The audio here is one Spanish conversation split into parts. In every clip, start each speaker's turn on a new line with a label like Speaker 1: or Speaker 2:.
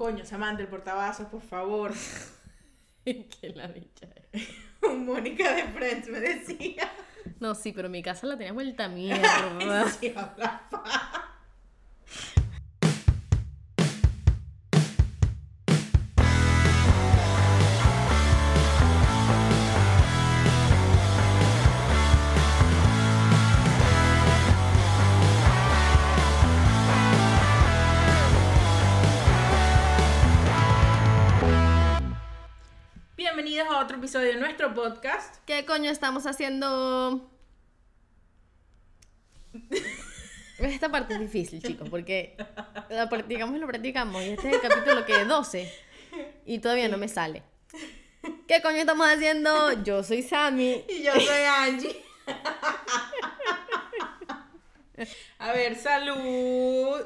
Speaker 1: Coño, Samantha, el portavasos, por favor.
Speaker 2: que la bicha es.
Speaker 1: Mónica de Friends me decía.
Speaker 2: No, sí, pero mi casa la tenía vuelta a mierda.
Speaker 1: Sí, habla pa. Bienvenidos a otro episodio de nuestro podcast.
Speaker 2: ¿Qué coño estamos haciendo? Esta parte es difícil, chicos, porque la practicamos y lo practicamos. Y este es el capítulo que 12 y todavía no me sale. ¿Qué coño estamos haciendo? Yo soy Sammy.
Speaker 1: Y yo soy Angie. A ver, salud.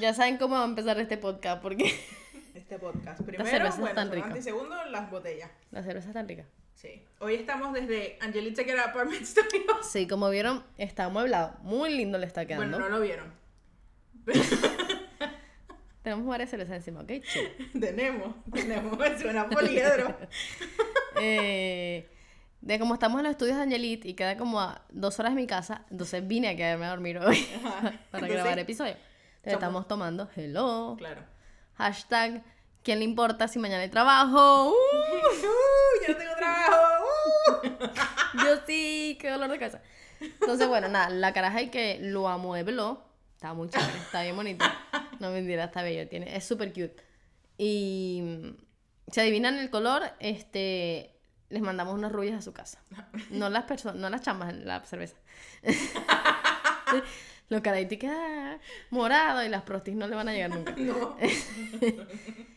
Speaker 2: Ya saben cómo va a empezar este podcast, porque
Speaker 1: Este podcast. Primero,
Speaker 2: cervezas
Speaker 1: bueno,
Speaker 2: están
Speaker 1: Samantha,
Speaker 2: ricas.
Speaker 1: y segundo, las botellas.
Speaker 2: la cerveza está rica.
Speaker 1: Sí. Hoy estamos desde Angelita Get Apartment Studios.
Speaker 2: Sí, como vieron, está amueblado. Muy lindo le está quedando.
Speaker 1: Bueno, no lo vieron.
Speaker 2: Tenemos varias cervezas encima, ¿ok? Chill.
Speaker 1: tenemos, tenemos, me suena poliedro.
Speaker 2: Eh, de como estamos en los estudios de Angelit y queda como a dos horas de mi casa, entonces vine a quedarme a dormir hoy
Speaker 1: Ajá.
Speaker 2: para
Speaker 1: Entonces,
Speaker 2: grabar episodio. Entonces
Speaker 1: somos-
Speaker 2: estamos tomando hello,
Speaker 1: Claro.
Speaker 2: hashtag, ¿quién le importa si mañana hay trabajo? Uh,
Speaker 1: Uh, yo no tengo trabajo. uh.
Speaker 2: yo sí, qué dolor de cabeza. Entonces, bueno, nada, la caraja y que lo amuebló, está muy chévere, está bien bonito. No mentira, está bello, tiene, es súper cute. Y mm, si adivinan el color, este, les mandamos unas rubias a su casa. No las personas, no las chamas, la cerveza. Los caraiticas ah, morado y las prostis no le van a llegar nunca.
Speaker 1: No.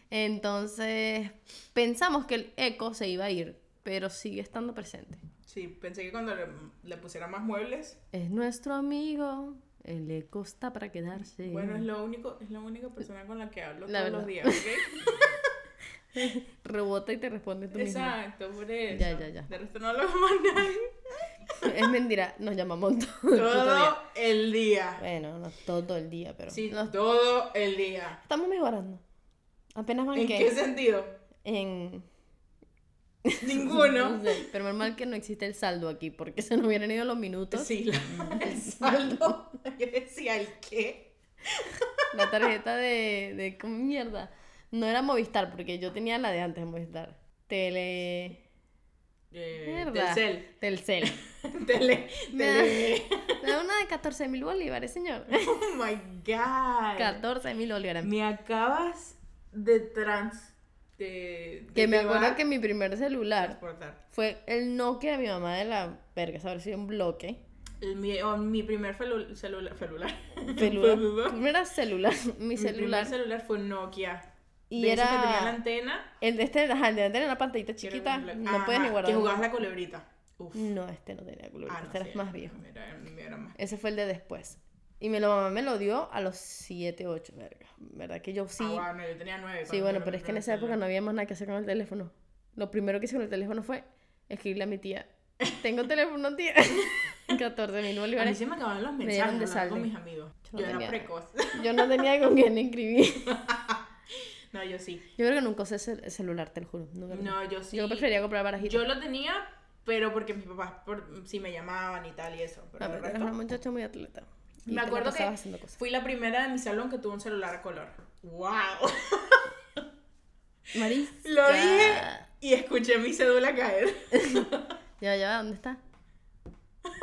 Speaker 2: Entonces, pensamos que el eco se iba a ir, pero sigue estando presente.
Speaker 1: Sí, pensé que cuando le, le pusiera más muebles.
Speaker 2: Es nuestro amigo. El eco está para quedarse.
Speaker 1: Bueno, es lo único, es la única persona con la que hablo
Speaker 2: La
Speaker 1: todos los
Speaker 2: verdad.
Speaker 1: días, ¿ok?
Speaker 2: Rebota y te responde tú misma.
Speaker 1: Exacto, por eso.
Speaker 2: Ya, ya, ya.
Speaker 1: De resto no hablo con nadie.
Speaker 2: Es mentira, nos llamamos todo, el día.
Speaker 1: Todo el día.
Speaker 2: Bueno, no todo el día, pero
Speaker 1: Sí,
Speaker 2: nos
Speaker 1: todo el día.
Speaker 2: estamos mejorando. Apenas van
Speaker 1: ¿En qué sentido?
Speaker 2: en
Speaker 1: Ninguno.
Speaker 2: No sé, pero normal que no existe el saldo aquí, porque se nos hubieran ido los minutos.
Speaker 1: Sí,
Speaker 2: Mm.
Speaker 1: la- el saldo. Yo decía, ¿el qué?
Speaker 2: La tarjeta de, de. ¿Cómo mierda? No era Movistar, porque yo tenía la de antes de Movistar. Tele.
Speaker 1: Eh,
Speaker 2: Mierda.
Speaker 1: Telcel.
Speaker 2: Telcel.
Speaker 1: Tele.
Speaker 2: Me da-
Speaker 1: Tele.
Speaker 2: Me da una de 14 mil bolívares, señor.
Speaker 1: Oh my God.
Speaker 2: 14 mil bolívares.
Speaker 1: Me acabas de trans. De, de
Speaker 2: Que me acuerdo
Speaker 1: llevar-
Speaker 2: que mi primer celular
Speaker 1: Transportar.
Speaker 2: fue el Nokia de mi mamá de la verga, saber si un bloque.
Speaker 1: El- mi, oh, mi primer celu- celular. Celular.
Speaker 2: Celular.
Speaker 1: Mi
Speaker 2: Pues No era celular, mi celular.
Speaker 1: Pues primer celular fue Nokia.
Speaker 2: Y
Speaker 1: de esos
Speaker 2: era-
Speaker 1: que tenía la antena.
Speaker 2: El de este, ajá, el de antes era una pantallita
Speaker 1: que era
Speaker 2: chiquita,
Speaker 1: un bla-
Speaker 2: no puedes ni
Speaker 1: Ajá,
Speaker 2: guardar.
Speaker 1: Que jugabas la culebrita. Uf.
Speaker 2: No, este no tenía color,
Speaker 1: Ah, no,
Speaker 2: este era
Speaker 1: sí,
Speaker 2: más viejo.
Speaker 1: Era, era más.
Speaker 2: Ese fue el de después. Y mi mamá me lo dio a los 7, 8, verga. ¿Verdad que yo sí?
Speaker 1: Ah, bueno, yo tenía nueve.
Speaker 2: sí,
Speaker 1: cuando
Speaker 2: bueno,
Speaker 1: me
Speaker 2: pero es que en
Speaker 1: compraron
Speaker 2: esa
Speaker 1: el
Speaker 2: época no había más nada que hacer con el teléfono. Lo primero que hice con el teléfono fue escribirle a mi tía. Tengo teléfono, tía. 14 mil
Speaker 1: A mí
Speaker 2: bolívares.
Speaker 1: se me acabaron los
Speaker 2: Me dieron
Speaker 1: mensajes
Speaker 2: de
Speaker 1: hablando con
Speaker 2: saldo.
Speaker 1: mis amigos.
Speaker 2: Yo
Speaker 1: Yo,
Speaker 2: no
Speaker 1: era
Speaker 2: tenía.
Speaker 1: precoz.
Speaker 2: Yo no tenía con quién escribir.
Speaker 1: No, yo sí.
Speaker 2: Yo creo que nunca usé cel- celular, te lo juro. Nunca lo usé.
Speaker 1: No, yo sí.
Speaker 2: Yo preferiría comprar barajitas.
Speaker 1: Yo lo tenía, pero porque mis papás por, sí me llamaban y tal y eso. Pero
Speaker 2: No,
Speaker 1: de
Speaker 2: Ah, pero eres
Speaker 1: resto,
Speaker 2: una muchacha muy atleta. Y
Speaker 1: me
Speaker 2: te la
Speaker 1: acuerdo
Speaker 2: pasabas
Speaker 1: que
Speaker 2: haciendo cosas.
Speaker 1: fui la primera de mi salón que tuvo un celular a color. ¡Wow!
Speaker 2: Marisca.
Speaker 1: lo dije y escuché mi cédula caer.
Speaker 2: Ya, ya, ¿dónde está?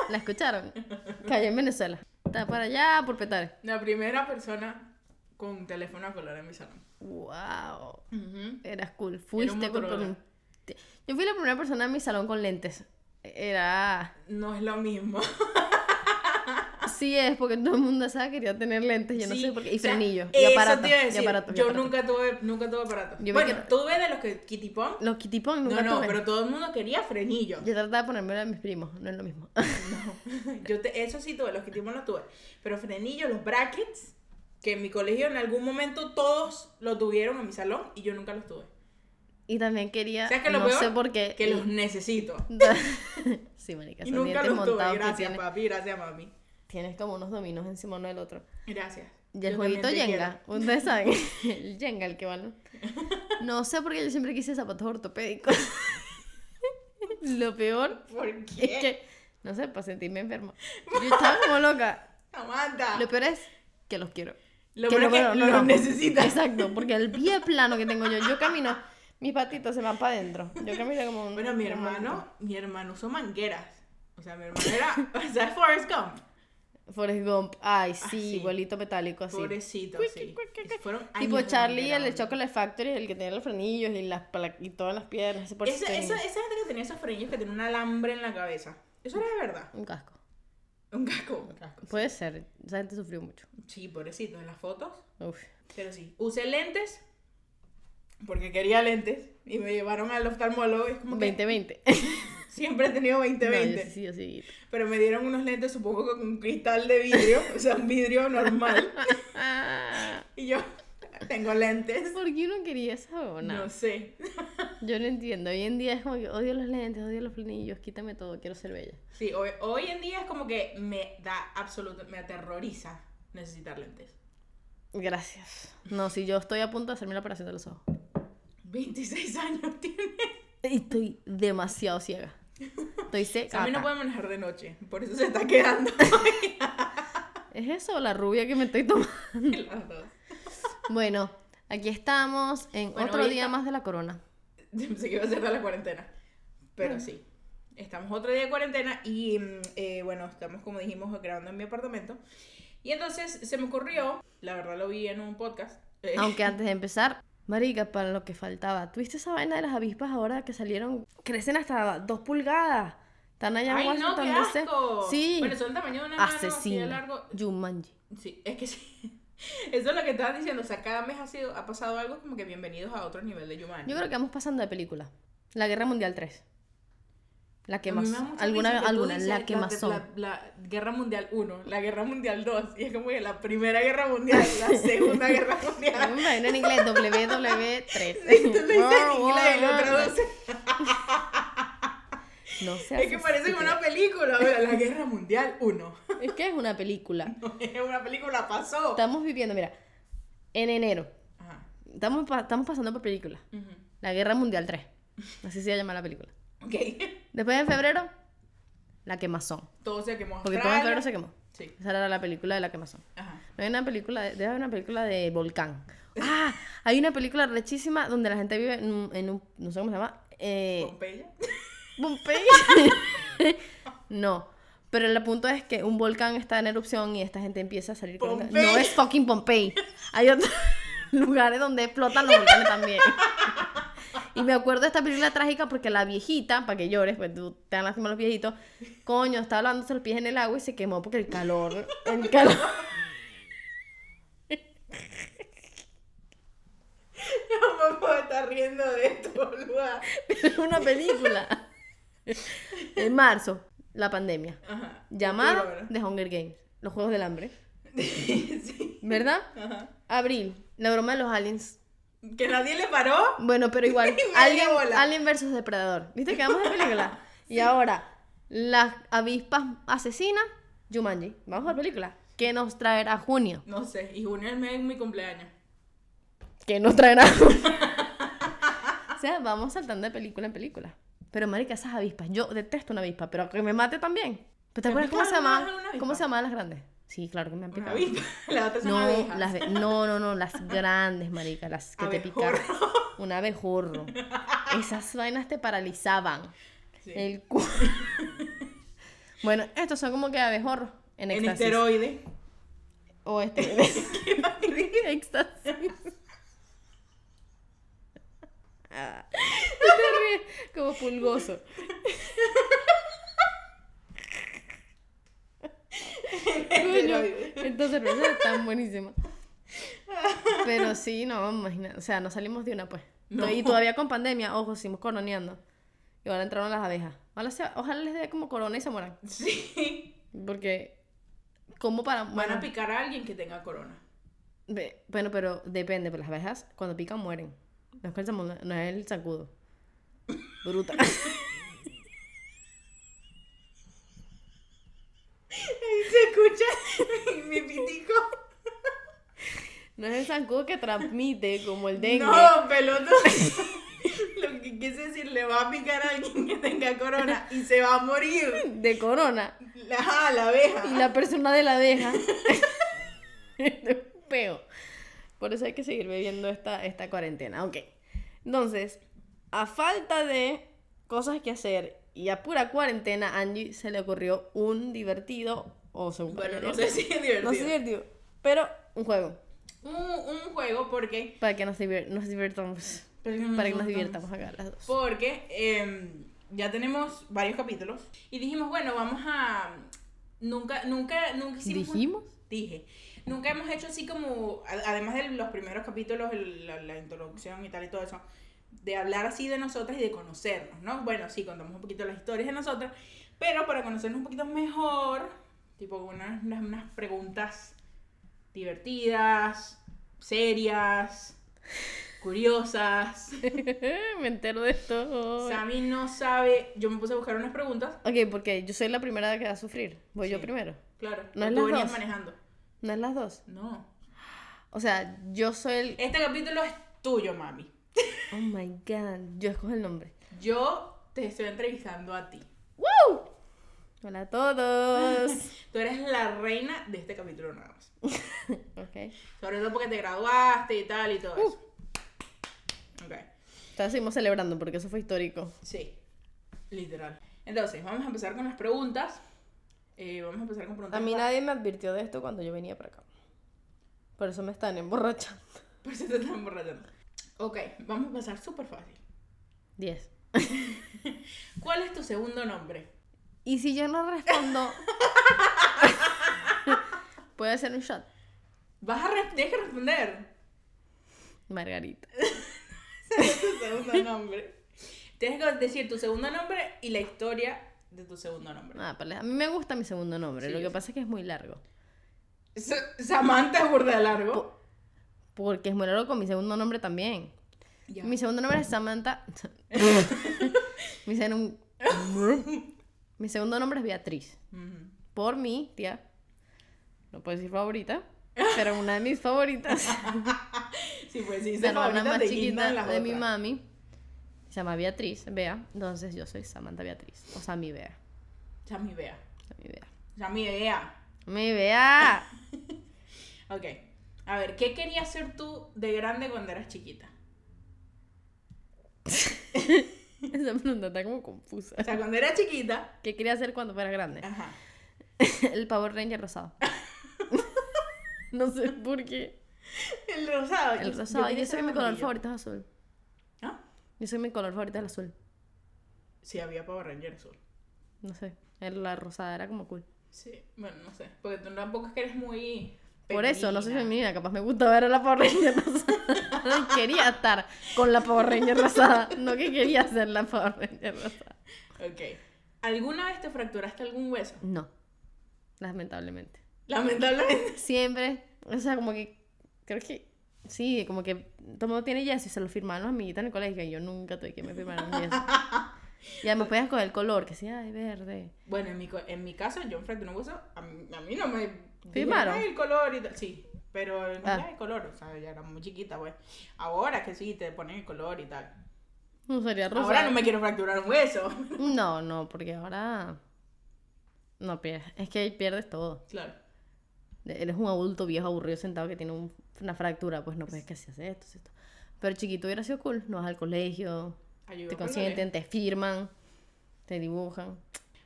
Speaker 2: ¿La escucharon? Cayó en Venezuela. Está para allá, por petar.
Speaker 1: La primera persona con un teléfono a color en mi salón.
Speaker 2: ¡Wow!
Speaker 1: Ujú.
Speaker 2: Eras cool. Fuiste cool por
Speaker 1: Motorola.
Speaker 2: un... te- Yo fui la primera persona en mi salón con lentes. Era...
Speaker 1: No es lo mismo.
Speaker 2: Sí es, porque todo el mundo sabe que quería tener lentes. Yo no
Speaker 1: Sí,
Speaker 2: sé por qué. Y
Speaker 1: o sea,
Speaker 2: frenillos.
Speaker 1: eso
Speaker 2: y aparatos.
Speaker 1: te iba a
Speaker 2: y
Speaker 1: decir,
Speaker 2: aparatos, y
Speaker 1: Yo
Speaker 2: aparatos.
Speaker 1: nunca tuve, nunca tuve aparatos.
Speaker 2: Yo me
Speaker 1: bueno,
Speaker 2: quedé-
Speaker 1: tuve de los que kitipón.
Speaker 2: Los kitipón
Speaker 1: No,
Speaker 2: nunca
Speaker 1: no,
Speaker 2: tuve.
Speaker 1: pero todo el mundo quería frenillo.
Speaker 2: Yo trataba de ponerme a mis primos. No es lo mismo.
Speaker 1: Yo te- eso sí tuve, los kitipón los tuve. Pero frenillo, los brackets, que en mi colegio en algún momento todos lo tuvieron en mi salón y yo nunca los tuve.
Speaker 2: y también quería...
Speaker 1: ¿Sabes qué es lo
Speaker 2: no
Speaker 1: peor?
Speaker 2: sé por qué.
Speaker 1: Que los necesito.
Speaker 2: sí, marica.
Speaker 1: Y
Speaker 2: esos
Speaker 1: nunca
Speaker 2: dientes
Speaker 1: los tuve.
Speaker 2: montados que
Speaker 1: Gracias,
Speaker 2: tienes,
Speaker 1: papi, gracias, mami.
Speaker 2: tienes como unos dominos encima uno del otro.
Speaker 1: Gracias.
Speaker 2: Y el
Speaker 1: Yo
Speaker 2: jueguito
Speaker 1: también te
Speaker 2: Jenga, ustedes saben, el Jenga, el que van. No sé por qué yo siempre quise zapatos ortopédicos. Lo peor
Speaker 1: ¿Por qué?
Speaker 2: es que, no sé, para sentirme enferma. Yo estaba como loca.
Speaker 1: Samantha.
Speaker 2: Lo peor es que los quiero.
Speaker 1: Lo peor es que
Speaker 2: bueno, no,
Speaker 1: lo
Speaker 2: no.
Speaker 1: necesitas.
Speaker 2: Exacto, porque el pie plano que tengo yo, yo camino, mis patitos se van para adentro. Yo camino como un.
Speaker 1: Bueno, mi
Speaker 2: como un
Speaker 1: hermano, mi hermano usó mangueras. O sea, mi hermano era, o sea, Forrest Gump.
Speaker 2: Forrest Gump, ay, sí,
Speaker 1: Ah, sí.
Speaker 2: igualito metálico así.
Speaker 1: Pobrecito, sí. Fueron
Speaker 2: Tipo
Speaker 1: años de
Speaker 2: Charlie,
Speaker 1: manguera,
Speaker 2: el de
Speaker 1: mano.
Speaker 2: Chocolate Factory, el que tenía los frenillos y, las pla- y todas las piedras. Ese por
Speaker 1: Esa, esa,
Speaker 2: sí tenía
Speaker 1: esa gente que tenía esos frenillos que tenía un alambre en la cabeza. Eso era de verdad.
Speaker 2: Un casco.
Speaker 1: Un casco. Un casco.
Speaker 2: Puede ser, esa gente sufrió mucho.
Speaker 1: Sí, pobrecito, en las fotos.
Speaker 2: Uf.
Speaker 1: Pero sí. Usé lentes porque quería lentes y me llevaron al oftalmólogo. y Es como que
Speaker 2: 2020.
Speaker 1: siempre he tenido 20-20.
Speaker 2: No, yo sí, yo sí.
Speaker 1: Pero me dieron unos lentes, supongo que con un cristal de vidrio, o sea, un vidrio normal.
Speaker 2: Ah,
Speaker 1: Y yo tengo lentes.
Speaker 2: ¿Por qué uno quería esa huevona?
Speaker 1: No sé.
Speaker 2: Yo no entiendo. Hoy en día es como que odio los lentes, odio los frenillos, quítame todo, quiero ser bella.
Speaker 1: Sí, hoy, hoy en día es como que me da absoluto, me aterroriza necesitar lentes.
Speaker 2: Gracias. No, si yo estoy a punto de hacerme la operación de los ojos.
Speaker 1: 26 años tiene.
Speaker 2: Estoy demasiado ciega. Estoy
Speaker 1: O
Speaker 2: seca.
Speaker 1: sea, a mí no puede manejar de noche, por eso se está quedando
Speaker 2: ¿Es eso o la rubia que me estoy tomando?
Speaker 1: las dos.
Speaker 2: Bueno, aquí estamos en
Speaker 1: Bueno,
Speaker 2: otro
Speaker 1: hoy
Speaker 2: día
Speaker 1: está-
Speaker 2: más de la corona.
Speaker 1: Pensé que iba a ser de la cuarentena.
Speaker 2: Ah.
Speaker 1: Pero sí. Estamos otro día de cuarentena y mm, eh, bueno, estamos como dijimos grabando en mi apartamento. Y entonces se me ocurrió, la verdad lo vi en un podcast. eh,
Speaker 2: Aunque antes de empezar, marica, para lo que faltaba. ¿Tuviste esa vaina de las avispas ahora que salieron? Crecen hasta dos pulgadas. Están allá en
Speaker 1: ¡Ay, no, qué
Speaker 2: Washington DC.
Speaker 1: asco!
Speaker 2: Sí.
Speaker 1: Bueno, son del tamaño de una mano así de largo.
Speaker 2: Asesina. Jumanji.
Speaker 1: Sí, es que sí. Eso es lo que estaban diciendo. O sea, cada mes ha, sido, ha pasado algo como que bienvenidos a otro nivel de Yuman.
Speaker 2: Yo creo que vamos pasando de película. La Guerra Mundial 3. La que
Speaker 1: A mí
Speaker 2: más.
Speaker 1: me da mucha
Speaker 2: Alguna,
Speaker 1: risa que tú
Speaker 2: alguna,
Speaker 1: dices
Speaker 2: la que más son.
Speaker 1: La, la Guerra Mundial 1, la Guerra Mundial 2, y es como que la Primera Guerra Mundial, la Segunda Guerra
Speaker 2: Yo
Speaker 1: Mundial.
Speaker 2: me imagino en inglés WW3.
Speaker 1: Y tú lo dices en inglés y lo traduces.
Speaker 2: No sé.
Speaker 1: Es que parece como una película. Ahora, la Guerra Mundial 1.
Speaker 2: Es que es una película.
Speaker 1: Es una película, pasó.
Speaker 2: Estamos viviendo, mira, en enero.
Speaker 1: Ajá.
Speaker 2: Estamos, pa- estamos pasando por película.
Speaker 1: Ujú.
Speaker 2: La Guerra Mundial 3. Así se llama la película.
Speaker 1: Ok.
Speaker 2: Después en febrero, La Quemazón.
Speaker 1: Todo se quemó.
Speaker 2: Porque todo en
Speaker 1: Australia.
Speaker 2: febrero se quemó.
Speaker 1: Sí.
Speaker 2: Esa era la película de La Quemazón.
Speaker 1: Ajá.
Speaker 2: No hay una película, de, debe haber una película de volcán. Ah, hay una película rechísima donde la gente vive en un, en un- no sé cómo se llama, eh,
Speaker 1: Pompeya.
Speaker 2: Pompeya. no, pero el punto es que un volcán está en erupción y esta gente empieza a salir con... un-
Speaker 1: Pompeya.
Speaker 2: No es fucking Pompeya. Hay otros lugares donde explotan los volcanes también. Y me acuerdo de esta película trágica porque la viejita, para que llores, pues tú te dan lástima a los viejitos, coño, estaba lavándose los pies en el agua y se quemó porque el calor, el calor
Speaker 1: No me puedo estar riendo de esto, boluda.
Speaker 2: Es una película. En marzo, la pandemia.
Speaker 1: Ajá.
Speaker 2: Llamada
Speaker 1: Pero bueno.
Speaker 2: de Hunger Games, los Juegos del Hambre.
Speaker 1: sí.
Speaker 2: ¿Verdad?
Speaker 1: Ajá.
Speaker 2: Abril, la broma de los aliens.
Speaker 1: Que nadie le paró.
Speaker 2: Bueno, pero igual,
Speaker 1: Media
Speaker 2: Alien,
Speaker 1: bola.
Speaker 2: Alien versus Depredador. ¿Viste que vamos de película? Y ahora, las avispas asesinas, Jumanji. Vamos a película. ¿Qué nos traerá junio?
Speaker 1: No sé, y junio es mi- mi cumpleaños.
Speaker 2: ¿Qué nos traerá junio? o sea, vamos saltando de película en película. Pero, marica, esas avispas. Yo detesto una avispa, pero que me mate también. ¿Pero ¿Te
Speaker 1: ¿Te
Speaker 2: acuerdas
Speaker 1: has
Speaker 2: cómo se
Speaker 1: picado alguna
Speaker 2: llamaban?
Speaker 1: vez alguna
Speaker 2: ¿Cómo
Speaker 1: avispa?
Speaker 2: se llamaban las grandes? Sí, claro que me han
Speaker 1: Una
Speaker 2: picado.
Speaker 1: avispa. La otra es una
Speaker 2: No,
Speaker 1: abeja.
Speaker 2: las de- no, no, no, las grandes, marica, las que te picaban. Un abejorro. Esas vainas te paralizaban.
Speaker 1: Sí.
Speaker 2: El cu- bueno, estos son como que abejorros en
Speaker 1: En
Speaker 2: éxtasis.
Speaker 1: esteroide.
Speaker 2: o este. éxtasis. Ah, te ríes como pulgoso. Coño,
Speaker 1: Esteroide.
Speaker 2: estas cervezas están buenísimas. Pero sí, no, imagina, o sea, no salimos de una pues.
Speaker 1: No.
Speaker 2: Y todavía con pandemia, ojo, seguimos coroneando. Y ahora entraron las abejas. Ojalá, sea- ojalá les dé como corona y se mueran.
Speaker 1: Sí.
Speaker 2: Porque, ¿cómo para...?
Speaker 1: Van
Speaker 2: Bueno,
Speaker 1: a picar a alguien que tenga corona.
Speaker 2: ve- bueno, pero depende, porque las abejas cuando pican mueren. No es, que el zamudo- no es el sacudo. Bruta.
Speaker 1: Se escucha mi, mi pitico.
Speaker 2: No es el zancudo que transmite como el dengue.
Speaker 1: No, peloto. Lo que quise decir, le va a picar a alguien que tenga corona y se va a morir.
Speaker 2: De corona.
Speaker 1: La, ajá, la abeja.
Speaker 2: Y la persona de la deja. Peo. Por eso hay que seguir bebiendo esta, esta cuarentena. Ok. Entonces, a falta de cosas que hacer y a pura cuarentena, Angie se le ocurrió un divertido o según
Speaker 1: Bueno, no
Speaker 2: parece,
Speaker 1: sé si es divertido.
Speaker 2: No sé si divertido, pero un juego.
Speaker 1: un, un juego porque...
Speaker 2: Para que nos, divir- nos divirtamos. Para que nos divirtamos acá las dos.
Speaker 1: Porque eh, ya tenemos varios capítulos y dijimos, bueno, vamos a... Nunca, nunca, nunca hicimos... un-
Speaker 2: ¿Dijimos?
Speaker 1: Dije. Nunca hemos hecho así como, a- además de los primeros capítulos, el- la, la introducción y tal y todo eso, de hablar así de nosotras y de conocernos, ¿no? Bueno, sí, contamos un poquito las historias de nosotras, pero para conocernos un poquito mejor, tipo unas, unas, unas preguntas divertidas, serias, curiosas.
Speaker 2: Me entero de esto. hoy.
Speaker 1: Sammy no sabe, yo me puse a buscar unas preguntas,
Speaker 2: Ok, porque yo soy la primera que va a sufrir. Voy yo
Speaker 1: Sí.
Speaker 2: primero.
Speaker 1: claro,
Speaker 2: No es
Speaker 1: tú
Speaker 2: las
Speaker 1: venías
Speaker 2: dos.
Speaker 1: manejando.
Speaker 2: No es las dos.
Speaker 1: No.
Speaker 2: O sea, yo soy el.
Speaker 1: Este capítulo es tuyo, mami.
Speaker 2: Oh my god. Yo escojo el nombre.
Speaker 1: Yo te estoy entrevistando a ti.
Speaker 2: ¡Woo! Hola a todos.
Speaker 1: Tú eres la reina de este capítulo nada más.
Speaker 2: ok.
Speaker 1: Sobre todo porque te graduaste y tal y todo eso.
Speaker 2: Uh.
Speaker 1: Ok.
Speaker 2: Entonces seguimos celebrando porque eso fue histórico.
Speaker 1: Sí. Literal. Entonces, vamos a empezar con las preguntas. Eh, vamos a empezar con preguntas.
Speaker 2: A mí
Speaker 1: ra-
Speaker 2: nadie me advirtió de esto cuando yo venía para acá. Por eso me están emborrachando.
Speaker 1: Por eso te están emborrachando. Ok, vamos a pasar súper fácil.
Speaker 2: 10.
Speaker 1: ¿Cuál es tu segundo nombre?
Speaker 2: Y si yo no respondo. Puede hacer un shot.
Speaker 1: Vas a re- tienes que responder.
Speaker 2: Margarita.
Speaker 1: Ese es tu segundo nombre. Tienes que decir tu segundo nombre y la historia de tu segundo nombre.
Speaker 2: Ah, pero a mí me gusta mi segundo nombre.
Speaker 1: Sí,
Speaker 2: lo
Speaker 1: yo
Speaker 2: que
Speaker 1: sé.
Speaker 2: pasa es que es muy largo.
Speaker 1: Sa- Samantha es burda de largo.
Speaker 2: Porque es muy largo con mi segundo nombre también.
Speaker 1: Ya.
Speaker 2: Mi segundo nombre es Samantha. mi, sen- mi segundo nombre es Beatriz.
Speaker 1: Ujú.
Speaker 2: Por mi tía. No puedo decir favorita. Pero una de mis favoritas.
Speaker 1: Sí, pues sí,
Speaker 2: mi
Speaker 1: se
Speaker 2: hermana
Speaker 1: favorita
Speaker 2: más
Speaker 1: te guindan
Speaker 2: chiquita
Speaker 1: las
Speaker 2: de mi
Speaker 1: otras.
Speaker 2: mami. Se llama Beatriz, Bea. Entonces yo soy Samantha Beatriz. O sea, mi Bea.
Speaker 1: Sammy Bea.
Speaker 2: Mi Bea.
Speaker 1: Sammy Bea.
Speaker 2: Mi Bea.
Speaker 1: Ok. A ver, ¿qué querías ser tú de grande cuando eras chiquita?
Speaker 2: Esa pregunta está como confusa.
Speaker 1: O sea, cuando eras chiquita.
Speaker 2: ¿Qué quería hacer cuando fuera grande?
Speaker 1: Ajá.
Speaker 2: El Power Ranger rosado. no sé por qué.
Speaker 1: El rosado.
Speaker 2: El rosado. Y
Speaker 1: quería
Speaker 2: yo sé
Speaker 1: ser
Speaker 2: que mi color
Speaker 1: amarillo.
Speaker 2: favorito es azul.
Speaker 1: ¿Ah?
Speaker 2: Yo sé que mi color favorito es el azul.
Speaker 1: Sí, había Power Ranger azul.
Speaker 2: No sé. el- La rosada era como cool.
Speaker 1: Sí, bueno, no sé. Porque tú tampoco es que eres muy.
Speaker 2: Por eso, no soy
Speaker 1: femenina.
Speaker 2: femenina. Capaz me gusta ver a la Power Ranger rosada. quería estar con la Power Ranger rosada. No que quería ser la Power Ranger rosada.
Speaker 1: Ok. ¿Alguna vez te fracturaste algún hueso?
Speaker 2: No. Lamentablemente.
Speaker 1: Lamentablemente.
Speaker 2: Siempre. O sea, como que. Creo que. Sí, como que todo el mundo tiene yeso y se lo firmaron los amiguitas en el colegio. Y yo nunca tuve que me firmaron un yeso. Y además podías coger el color, que sea, ay, verde.
Speaker 1: Bueno, en mi, co- en mi caso, yo me fracturé un hueso. A mí, a mí no me.
Speaker 2: ¿Firmaron?
Speaker 1: Ay, el color y tal. Sí, pero no
Speaker 2: Ah.
Speaker 1: era el color. O sea, ya era muy chiquita, güey. Ahora que sí, te ponen el color y tal.
Speaker 2: No sería rosa.
Speaker 1: Ahora no me quiero fracturar un hueso.
Speaker 2: No, no, porque ahora. No pierdes. Es que ahí pierdes todo.
Speaker 1: Claro.
Speaker 2: Eres un adulto viejo aburrido sentado que tiene un- una fractura, pues no puedes que haces esto, haces esto. Pero chiquito hubiera sido cool. No vas al colegio,
Speaker 1: Ayuda
Speaker 2: te
Speaker 1: con lo
Speaker 2: consienten, te firman, te dibujan.
Speaker 1: de-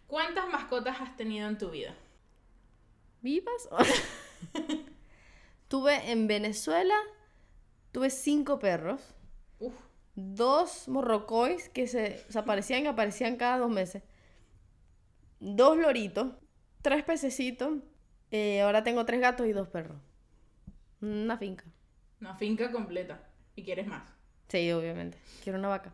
Speaker 1: ¿Cuántas mascotas has tenido en tu vida?
Speaker 2: ¿Vivas? tuve en Venezuela, tuve cinco perros,
Speaker 1: Uf.
Speaker 2: dos morrocois que se o sea, aparecían y aparecían cada dos meses, dos loritos, tres pececitos, eh, ahora tengo tres gatos y dos perros. Una finca.
Speaker 1: Una finca completa. ¿Y quieres más?
Speaker 2: Sí, obviamente. Quiero una vaca.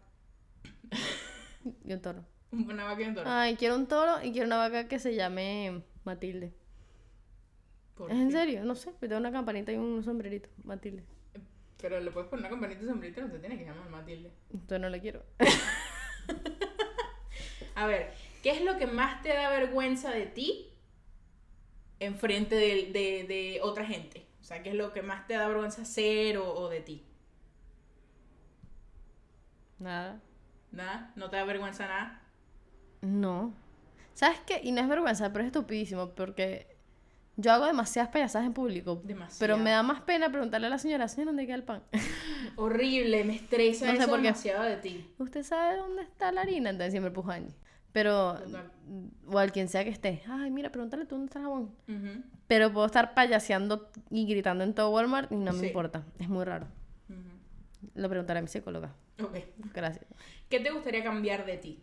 Speaker 2: Y un toro.
Speaker 1: Una vaca y un toro.
Speaker 2: Ay, quiero un toro y quiero una vaca que se llame Matilde.
Speaker 1: Por
Speaker 2: ¿Es en
Speaker 1: fin.
Speaker 2: serio? No sé, me tengo una campanita y un sombrerito. Matilde.
Speaker 1: Pero le puedes poner una campanita y sombrerito, no te tienes que llamar Matilde.
Speaker 2: Entonces no la quiero.
Speaker 1: A ver, ¿qué es lo que más te da vergüenza de ti en frente de, de- de otra gente? O sea, ¿qué es lo que más te da vergüenza hacer o, o de ti?
Speaker 2: Nada.
Speaker 1: ¿Nada? ¿No te da vergüenza nada?
Speaker 2: No. ¿Sabes qué? Y no es vergüenza, pero es estupidísimo porque yo hago demasiadas payasadas en público.
Speaker 1: Demasiado.
Speaker 2: Pero me da más pena preguntarle a la señora, señora, ¿dónde queda el pan?
Speaker 1: Horrible, me estresa
Speaker 2: No sé
Speaker 1: eso
Speaker 2: por qué.
Speaker 1: demasiado de ti.
Speaker 2: ¿Usted sabe dónde está la harina? Entonces siempre pujo a Angie. Pero,
Speaker 1: Total.
Speaker 2: o al quien sea que esté, ay, mira, pregúntale tú dónde está el jabón.
Speaker 1: Ujú,
Speaker 2: Pero puedo estar payaseando y gritando en todo Walmart y no me
Speaker 1: Sí.
Speaker 2: importa. Es muy raro.
Speaker 1: ujú.
Speaker 2: Lo preguntaré a mi psicóloga.
Speaker 1: Ok.
Speaker 2: Gracias.
Speaker 1: ¿Qué te gustaría cambiar de ti?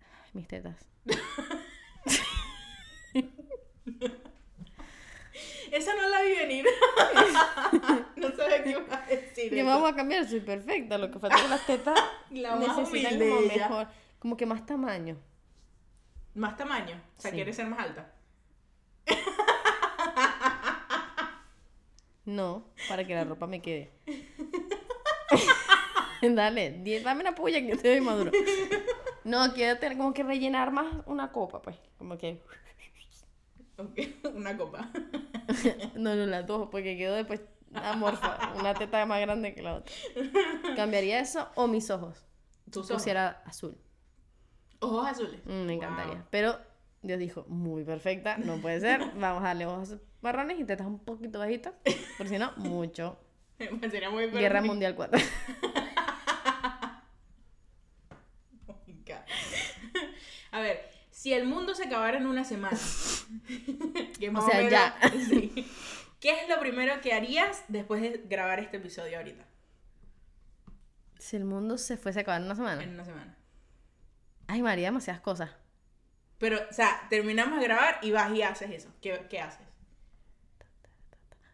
Speaker 2: Ay, Mis tetas.
Speaker 1: Esa no la vi venir. no sabía qué iba a decir.
Speaker 2: ¿Qué
Speaker 1: eso.
Speaker 2: vamos a cambiar? Soy perfecta. Lo que falta es que las tetas
Speaker 1: La más
Speaker 2: necesitan
Speaker 1: humilde
Speaker 2: como
Speaker 1: ella.
Speaker 2: mejor, como que más tamaño.
Speaker 1: Más tamaño. O sea,
Speaker 2: Sí.
Speaker 1: quieres ser más alta.
Speaker 2: No, para que la ropa me quede. Dale, di- dame una puya que yo te doy maduro. No, quiero tener como que rellenar más una copa, pues. Como que.
Speaker 1: Ok, Una copa.
Speaker 2: No, no, las dos, porque quedo después amorfa. Una teta más grande que la otra. Cambiaría eso o mis ojos.
Speaker 1: Tus ojos.
Speaker 2: Pusiera azul.
Speaker 1: Ojos azules.
Speaker 2: Mm, Me encantaría.
Speaker 1: Wow.
Speaker 2: Pero Dios dijo, muy perfecta, no puede ser. Vamos a darle ojos marrones y tetas un poquito bajitas. Por si no, mucho.
Speaker 1: Me Sería muy
Speaker 2: Guerra
Speaker 1: perfecto.
Speaker 2: Mundial 4.
Speaker 1: Oh my God. A ver, si el mundo se acabara en una semana. que más
Speaker 2: O sea, ya.
Speaker 1: sí. ¿Qué es lo primero que harías después de grabar este episodio ahorita?
Speaker 2: si el mundo se fuese a acabar en una semana.
Speaker 1: En una semana.
Speaker 2: Ay, María, demasiadas cosas.
Speaker 1: Pero, o sea, terminamos de grabar y vas y haces eso. ¿Qué, qué haces?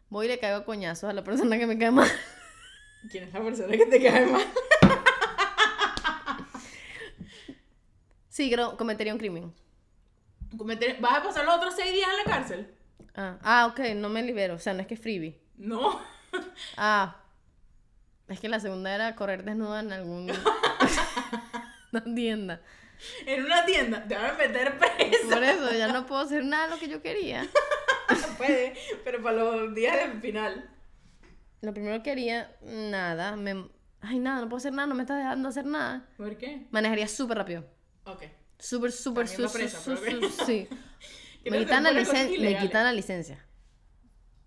Speaker 2: Voy y le caigo a coñazos a la persona que me cae mal.
Speaker 1: ¿Quién es la persona que te cae mal?
Speaker 2: Sí, creo, cometería un crimen.
Speaker 1: Cometer- ¿Vas a pasar los otros seis días en la cárcel?
Speaker 2: Ah, ah, ok, no me libero. O sea, no es que es freebie.
Speaker 1: No.
Speaker 2: Ah, es que la segunda era correr desnuda en algún... no tienda.
Speaker 1: En una tienda te van a meter preso.
Speaker 2: Por eso ya no puedo hacer nada de lo que yo quería.
Speaker 1: No puede, pero para los días del final.
Speaker 2: Lo primero que haría, nada. Me... Ay, nada, no puedo hacer nada, no me estás dejando hacer nada.
Speaker 1: ¿Por qué?
Speaker 2: Manejaría súper rápido.
Speaker 1: Ok.
Speaker 2: Súper, súper,
Speaker 1: También va
Speaker 2: súper,
Speaker 1: presa, pero ok.
Speaker 2: sí.
Speaker 1: Creo
Speaker 2: Me
Speaker 1: que
Speaker 2: quitan, la
Speaker 1: pone cosas
Speaker 2: licen- me
Speaker 1: ilegales.
Speaker 2: quitan la licencia.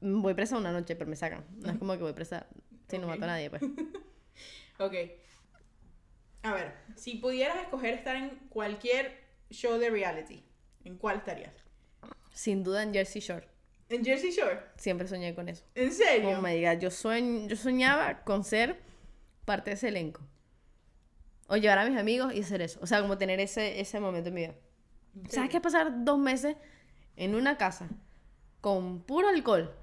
Speaker 2: Mm, Voy presa una noche, pero me sacan. No es como que voy presa si no
Speaker 1: Ok.
Speaker 2: mato a nadie, pues.
Speaker 1: Ok. A ver, si pudieras escoger estar en cualquier show de reality, ¿en cuál estarías?
Speaker 2: Sin duda en Jersey Shore.
Speaker 1: ¿En Jersey Shore?
Speaker 2: Siempre soñé con eso.
Speaker 1: ¿En serio?
Speaker 2: Oh my god, yo, sueñ- yo soñaba con ser parte de ese elenco. O llevar a mis amigos y hacer eso. O sea, como tener ese, ese momento en mi vida.
Speaker 1: ¿En
Speaker 2: ¿Sabes
Speaker 1: serio?
Speaker 2: qué es pasar dos meses en una casa con puro alcohol?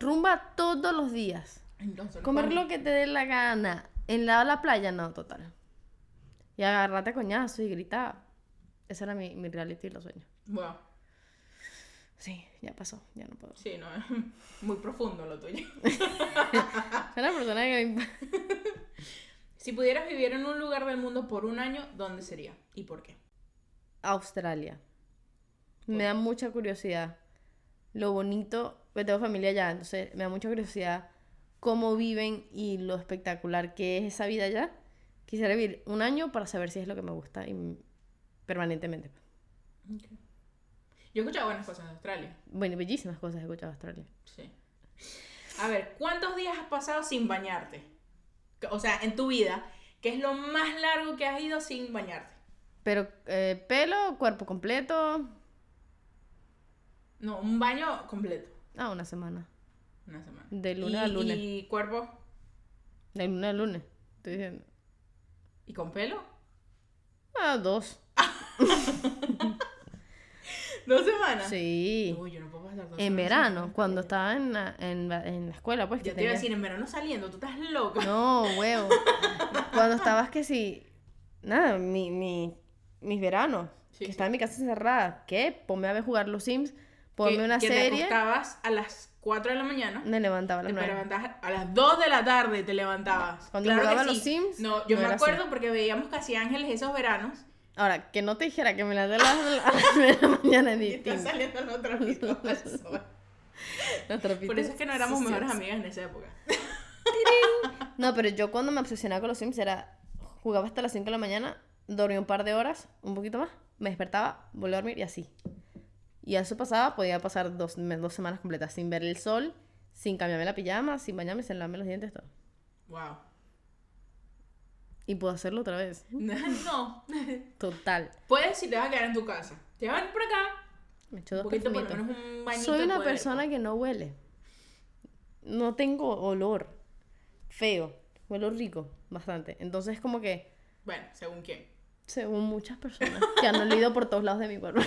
Speaker 2: Rumba todos los días.
Speaker 1: Entonces,
Speaker 2: Comer lo que te dé la gana. En la, la playa, no, total. Y agarrate a coñazo y gritaba. Ese era mi, mi reality y los sueños.
Speaker 1: Wow.
Speaker 2: Sí, ya pasó, ya no puedo.
Speaker 1: Sí, no, muy profundo lo tuyo.
Speaker 2: Soy una persona que me imp-
Speaker 1: Si pudieras vivir en un lugar del mundo por un año, ¿dónde sería? ¿Y por qué?
Speaker 2: Australia. Me da mucha curiosidad. Lo bonito, porque tengo familia allá, entonces me da mucha curiosidad cómo viven y lo espectacular que es esa vida allá. Quisiera vivir un año para saber si es lo que me gusta y permanentemente.
Speaker 1: Yo he escuchado buenas cosas de Australia.
Speaker 2: Bueno, bellísimas cosas he escuchado de Australia.
Speaker 1: Sí. A ver, ¿cuántos días has pasado sin bañarte? O sea, en tu vida, ¿qué es lo más largo que has ido sin bañarte?
Speaker 2: Pero eh, pelo, cuerpo completo.
Speaker 1: No, un baño completo.
Speaker 2: Ah, una semana.
Speaker 1: Una semana.
Speaker 2: De lunes
Speaker 1: Y-
Speaker 2: a lunes.
Speaker 1: ¿Y cuerpo?
Speaker 2: De lunes a lunes. Estoy diciendo.
Speaker 1: ¿Y con pelo?
Speaker 2: Ah, dos.
Speaker 1: ¿Dos semanas?
Speaker 2: Sí.
Speaker 1: Uy, yo no puedo pasar Ah. dos
Speaker 2: En
Speaker 1: semanas
Speaker 2: verano,
Speaker 1: sin-
Speaker 2: cuando estaba en la, en la, en la escuela, pues. que
Speaker 1: Yo te iba a
Speaker 2: tenía-
Speaker 1: decir, en verano saliendo, tú estás loca.
Speaker 2: No, huevo. cuando estabas que sí. Nada, mi, mi- mis veranos.
Speaker 1: Sí,
Speaker 2: que
Speaker 1: sí.
Speaker 2: estaba en mi casa encerrada. ¿Qué? Ponme a ver jugar los Sims. Ponme
Speaker 1: Que-
Speaker 2: una
Speaker 1: que te
Speaker 2: serie.
Speaker 1: acostabas a las 4 de la mañana,
Speaker 2: Me levantaba a
Speaker 1: te
Speaker 2: las nueve.
Speaker 1: levantabas a las 2 de la tarde, te levantabas.
Speaker 2: Cuando
Speaker 1: que
Speaker 2: jugaba los Sims,
Speaker 1: No, yo
Speaker 2: no
Speaker 1: me
Speaker 2: era
Speaker 1: acuerdo porque veíamos Casi Ángeles esos veranos.
Speaker 2: Ahora, que no te dijera que me la de las a las nueve de la mañana es
Speaker 1: Y estás
Speaker 2: distinto.
Speaker 1: saliendo en otro lado.
Speaker 2: Los trapitos
Speaker 1: Por eso es que no éramos
Speaker 2: sucios.
Speaker 1: mejores amigas en esa época.
Speaker 2: No, pero yo cuando me obsesionaba con los Sims era. Jugaba hasta las 5 de la mañana, dormía un par de horas, un poquito más, me despertaba, volvía a dormir y así. Y eso pasaba, podía pasar dos, me- dos semanas completas sin ver el sol, sin cambiarme la pijama, sin bañarme, sin lavarme los dientes, todo.
Speaker 1: Wow.
Speaker 2: Y puedo hacerlo otra vez.
Speaker 1: No.
Speaker 2: Total.
Speaker 1: Puedes si te vas a quedar en tu casa. Te vas a venir por acá.
Speaker 2: Me echo
Speaker 1: Un
Speaker 2: dos
Speaker 1: poquito, por lo
Speaker 2: perfumitos.
Speaker 1: menos un bañito.
Speaker 2: Soy una
Speaker 1: puede-
Speaker 2: persona que no huele. No tengo olor feo. Huelo rico, bastante. Entonces, como que,
Speaker 1: Bueno, según quién.
Speaker 2: según muchas personas que han olido por todos lados de mi cuerpo.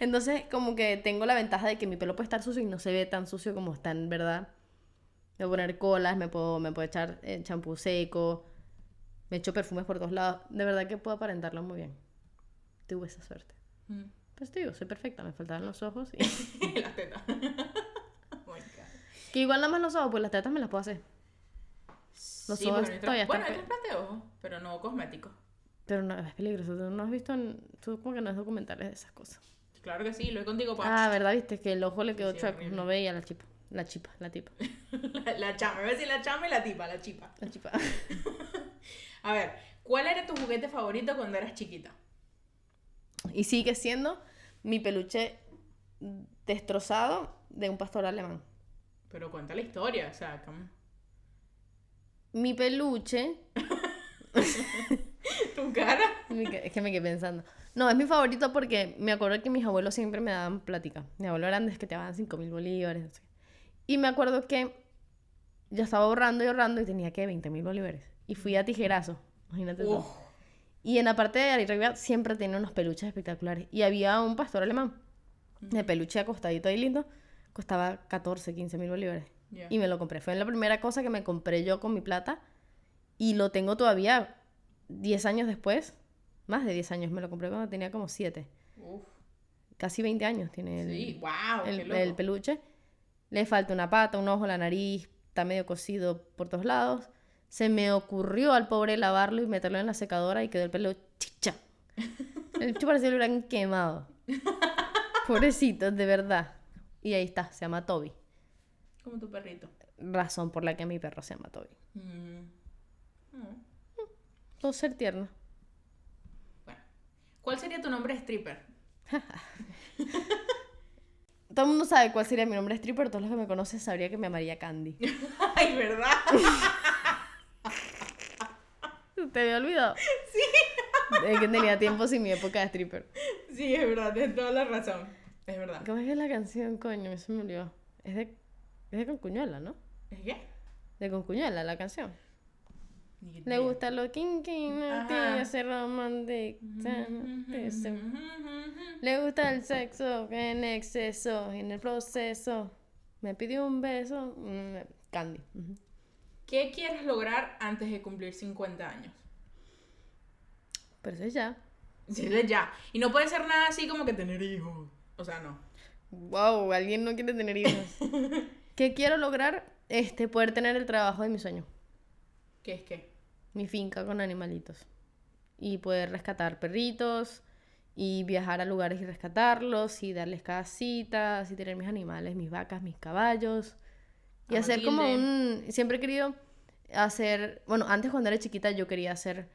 Speaker 2: Entonces, como que tengo la ventaja de que mi pelo puede estar sucio y no se ve tan sucio como está en verdad. Me puedo poner colas, me puedo, me puedo echar eh, champú seco, me echo perfumes por todos lados. De verdad que puedo aparentarlo muy bien. Tuve esa suerte.
Speaker 1: Mm.
Speaker 2: Pues te digo, soy perfecta, me faltaron los ojos y...
Speaker 1: Las tetas. Oh my God.
Speaker 2: Que igual nada más los ojos, pues las tetas me las puedo hacer. Los
Speaker 1: Sí,
Speaker 2: ojos
Speaker 1: bueno, hay tra-
Speaker 2: todavía
Speaker 1: bueno,
Speaker 2: están
Speaker 1: hay trasplante de ojos, pero no cosméticos.
Speaker 2: Pero no, es peligroso, tú no has visto, en- tú como que no es documentales de esas cosas.
Speaker 1: Claro que sí, lo he contigo, pa.
Speaker 2: Ah, ¿verdad? Viste que el ojo le quedó
Speaker 1: sí,
Speaker 2: chueco,
Speaker 1: horrible.
Speaker 2: no veía la chipa, la chipa, la tipa,
Speaker 1: La, la chama, a ver si la chama y la tipa, la chipa.
Speaker 2: la chipa.
Speaker 1: A ver, ¿cuál era tu juguete favorito cuando eras chiquita?
Speaker 2: Y sigue siendo mi peluche destrozado de un pastor alemán.
Speaker 1: Pero cuenta la historia, o sea, como-
Speaker 2: Mi peluche,
Speaker 1: tu cara.
Speaker 2: me que- es que me quedé pensando. No, es mi favorito porque me acuerdo que mis abuelos siempre me daban plática. Mi abuelo grande es que te daban 5 mil bolívares. no sé qué. Y me acuerdo que yo estaba ahorrando y ahorrando y tenía que 20 mil bolívares. Y fui a tijerazo, imagínate. tú.
Speaker 1: Uf.
Speaker 2: Y en la parte de arriba siempre tenía unos peluches espectaculares. Y había un pastor alemán de peluche acostadito ahí lindo. Costaba 14, 15 mil bolívares.
Speaker 1: Ya.
Speaker 2: Y me lo compré. Fue la primera cosa que me compré yo con mi plata. Y lo tengo todavía 10 años después. Más de 10 años. Me lo compré cuando tenía como 7.
Speaker 1: Uf.
Speaker 2: Casi 20 años tiene el,
Speaker 1: sí, wow,
Speaker 2: el-
Speaker 1: qué loco.
Speaker 2: el peluche. Le falta una pata, un ojo, la nariz. Está medio cosido por todos lados. Se me ocurrió al pobre lavarlo y meterlo en la secadora y quedó el pelo chicha. El chicho parecía que lo hubieran quemado. Pobrecito, de verdad. Y ahí está, se llama Toby.
Speaker 1: Como tu perrito.
Speaker 2: Razón por la que mi perro se llama Toby.
Speaker 1: Mm. Mm.
Speaker 2: Todo ser tierno.
Speaker 1: Bueno. ¿Cuál sería tu nombre de stripper?
Speaker 2: Todo el mundo sabe cuál sería mi nombre stripper, todos los que me conocen sabría que me llamaría Candy.
Speaker 1: Ay, ¿verdad?
Speaker 2: ¿Te había olvidado? Sí. Es que tenía tiempo sin mi época de stripper.
Speaker 1: Sí, es verdad, tienes toda la razón. Es verdad.
Speaker 2: ¿Cómo es que es la canción, coño? Se me olvidó. Es de, es de Concuñuela, ¿no?
Speaker 1: ¿Es qué?
Speaker 2: De Concuñuela, la canción.
Speaker 1: Ni
Speaker 2: Le
Speaker 1: idea.
Speaker 2: gusta lo kinky, no
Speaker 1: Ajá.
Speaker 2: tiene ser romántico.
Speaker 1: Ujú,
Speaker 2: te se-
Speaker 1: ujú, ujú, ujú.
Speaker 2: Le gusta el sexo en exceso, en el proceso. Me pidió un beso. mm, Candy. ujú.
Speaker 1: ¿Qué quieres lograr antes de cumplir 50 años?
Speaker 2: Pero eso es ya.
Speaker 1: Dile ya. Y no puede ser nada así como que tener hijos. O sea, no.
Speaker 2: Wow, alguien no quiere tener hijos. ¿Qué quiero lograr? Este, poder tener el trabajo de mi sueño.
Speaker 1: ¿Qué es qué?
Speaker 2: Mi finca con animalitos. Y poder rescatar perritos. Y viajar a lugares y rescatarlos. Y darles casitas. Y tener mis animales, mis vacas, mis caballos. Y
Speaker 1: A
Speaker 2: hacer como
Speaker 1: Matilde.
Speaker 2: un. Siempre he querido hacer. Bueno, antes cuando era chiquita yo quería ser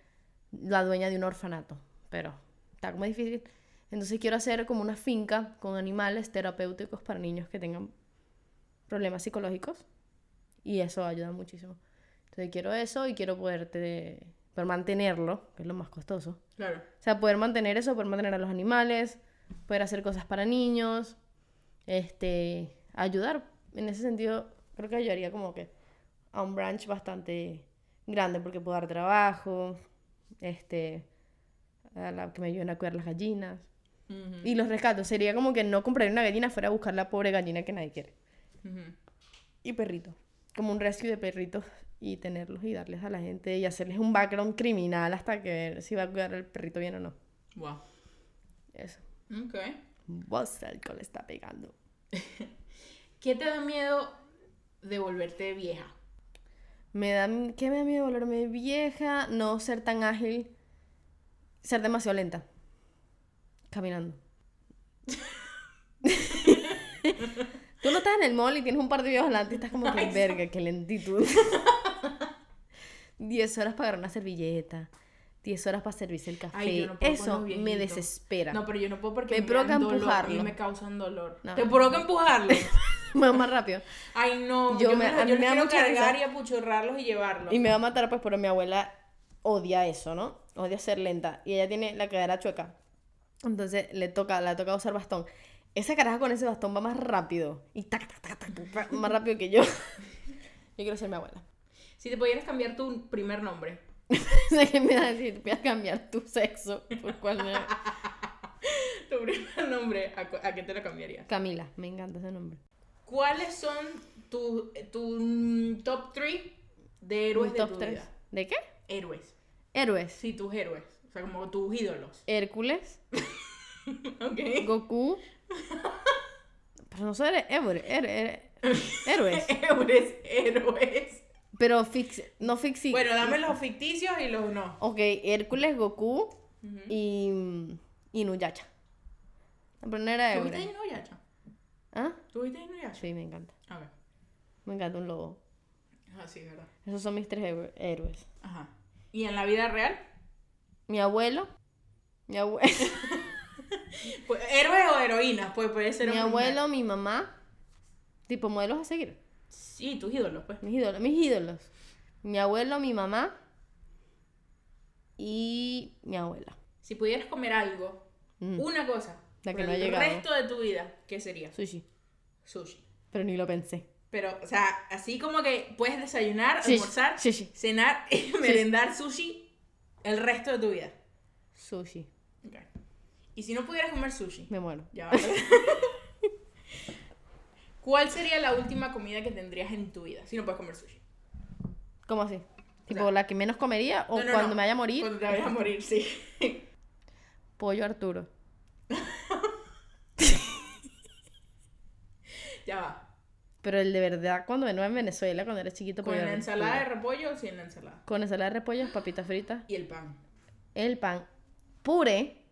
Speaker 2: la dueña de un orfanato. Pero está como difícil. Entonces quiero hacer como una finca con animales terapéuticos para niños que tengan problemas psicológicos. Y eso ayuda muchísimo. Entonces quiero eso y quiero poderte. Pero mantenerlo, que es lo más costoso.
Speaker 1: Claro.
Speaker 2: O sea, poder mantener eso, poder mantener a los animales, poder hacer cosas para niños, este, ayudar. En ese sentido, creo que ayudaría como que a un branch bastante grande porque puedo dar trabajo, este, a la que me ayuden a cuidar las gallinas.
Speaker 1: Ujú,
Speaker 2: Y los rescatos, sería como que no compraría una gallina fuera a buscar la pobre gallina que nadie quiere.
Speaker 1: ujú.
Speaker 2: Y perritos, como un rescue de perritos y tenerlos y darles a la gente y hacerles un background criminal hasta que ver si va a cuidar el perrito bien o no.
Speaker 1: Wow.
Speaker 2: Eso.
Speaker 1: Ok.
Speaker 2: Vos alcohol está pegando.
Speaker 1: ¿Qué te da miedo de volverte vieja?
Speaker 2: Me da, m- ¿qué me da miedo volverme vieja? No ser tan ágil. Ser demasiado lenta. Caminando. Tú no estás en el mall y tienes un par de videos adelante y estás como que, verga, qué lentitud. 10 horas para agarrar una servilleta, 10 horas para servirse el café.
Speaker 1: Ay, yo no puedo con
Speaker 2: Eso
Speaker 1: los
Speaker 2: me
Speaker 1: viejitos.
Speaker 2: desespera.
Speaker 1: No, pero yo no puedo porque
Speaker 2: Me
Speaker 1: dan
Speaker 2: provoca
Speaker 1: dolor,
Speaker 2: empujarlo.
Speaker 1: y me causan dolor.
Speaker 2: No.
Speaker 1: Te provoca empujarlo.
Speaker 2: Más, más rápido.
Speaker 1: Ay, no.
Speaker 2: Yo
Speaker 1: Yo,
Speaker 2: me-
Speaker 1: me,
Speaker 2: a mí
Speaker 1: yo los
Speaker 2: me da
Speaker 1: quiero
Speaker 2: mucha risa.
Speaker 1: cargar y apuchurrarlos y llevarlos.
Speaker 2: Y me va a matar, pues, pero mi abuela odia eso, ¿no? Odia ser lenta. Y ella tiene la cadera chueca. Entonces le toca, le toca usar bastón. Esa caraja con ese bastón va más rápido. Y tac, tac, tac, tac, tac, más rápido que yo. Yo quiero ser mi abuela.
Speaker 1: Si te pudieras cambiar tu primer nombre.
Speaker 2: sé que me iba a decir, voy a cambiar tu sexo. ¿Por cuál me-
Speaker 1: Tu primer nombre, ¿a, cu- a qué te lo cambiarías?
Speaker 2: Camila, me encanta ese nombre.
Speaker 1: ¿Cuáles son tu, tu mm, top 3 de héroes
Speaker 2: Mi
Speaker 1: de
Speaker 2: top
Speaker 1: tu
Speaker 2: tres.
Speaker 1: vida?
Speaker 2: ¿De qué?
Speaker 1: Héroes.
Speaker 2: Héroes.
Speaker 1: Sí, tus héroes. O sea, como tus ídolos.
Speaker 2: Hércules,
Speaker 1: Ok.
Speaker 2: Goku. Pero no soy héroe, héroe, héroe- héroes.
Speaker 1: Héroes, héroes.
Speaker 2: Pero fix, no fixi.
Speaker 1: Bueno, dame los ficticios y los no.
Speaker 2: Ok, Hércules, Goku y mm, Inuyasha. Pero no era
Speaker 1: ¿Tuviste
Speaker 2: héroe.
Speaker 1: Inuyasha?
Speaker 2: ¿Ah?
Speaker 1: ¿Tuviste Inuyasha?
Speaker 2: Sí, me encanta.
Speaker 1: A ver.
Speaker 2: Me encanta un lobo.
Speaker 1: Ah, sí, verdad.
Speaker 2: Esos son mis tres héroe- héroes.
Speaker 1: Ajá. ¿Y en la vida real?
Speaker 2: Mi abuelo. Mi abuelo.
Speaker 1: Pues, ¿Héroes o heroínas? Pues puede ser
Speaker 2: mi
Speaker 1: hombre o mujer.
Speaker 2: abuelo, mi mamá. Tipo modelos a seguir.
Speaker 1: Sí, tus ídolos, pues.
Speaker 2: Mis ídolos. Mis ídolos. Mi abuelo, mi mamá. Y mi abuela.
Speaker 1: Si pudieras comer algo,
Speaker 2: Mm.
Speaker 1: una cosa,
Speaker 2: La que
Speaker 1: por
Speaker 2: no ha
Speaker 1: el
Speaker 2: llegado.
Speaker 1: resto de tu vida, ¿qué sería?
Speaker 2: Sushi.
Speaker 1: Sushi.
Speaker 2: Pero ni lo pensé.
Speaker 1: Pero, o sea, así como que puedes desayunar,
Speaker 2: Sushi.
Speaker 1: almorzar,
Speaker 2: Sushi.
Speaker 1: cenar y merendar sushi el resto de tu vida.
Speaker 2: Sushi.
Speaker 1: Ok. Y si no pudieras comer sushi,
Speaker 2: Me muero.
Speaker 1: ya va. ¿Cuál sería la última comida que tendrías en tu vida si no puedes comer sushi?
Speaker 2: ¿Cómo así? Tipo,
Speaker 1: sea-
Speaker 2: la que menos comería o
Speaker 1: No, no,
Speaker 2: cuando
Speaker 1: no.
Speaker 2: me vaya a morir.
Speaker 1: Cuando te vayas a morir, sí.
Speaker 2: Pollo Arturo.
Speaker 1: ya va.
Speaker 2: Pero el de verdad, cuando venía en Venezuela, cuando era chiquito,
Speaker 1: ¿Con
Speaker 2: pollo
Speaker 1: la
Speaker 2: Arturo.
Speaker 1: ensalada de repollo sí en la ensalada?
Speaker 2: Con ensalada de repollo, papitas fritas,
Speaker 1: Y el pan.
Speaker 2: el pan, puré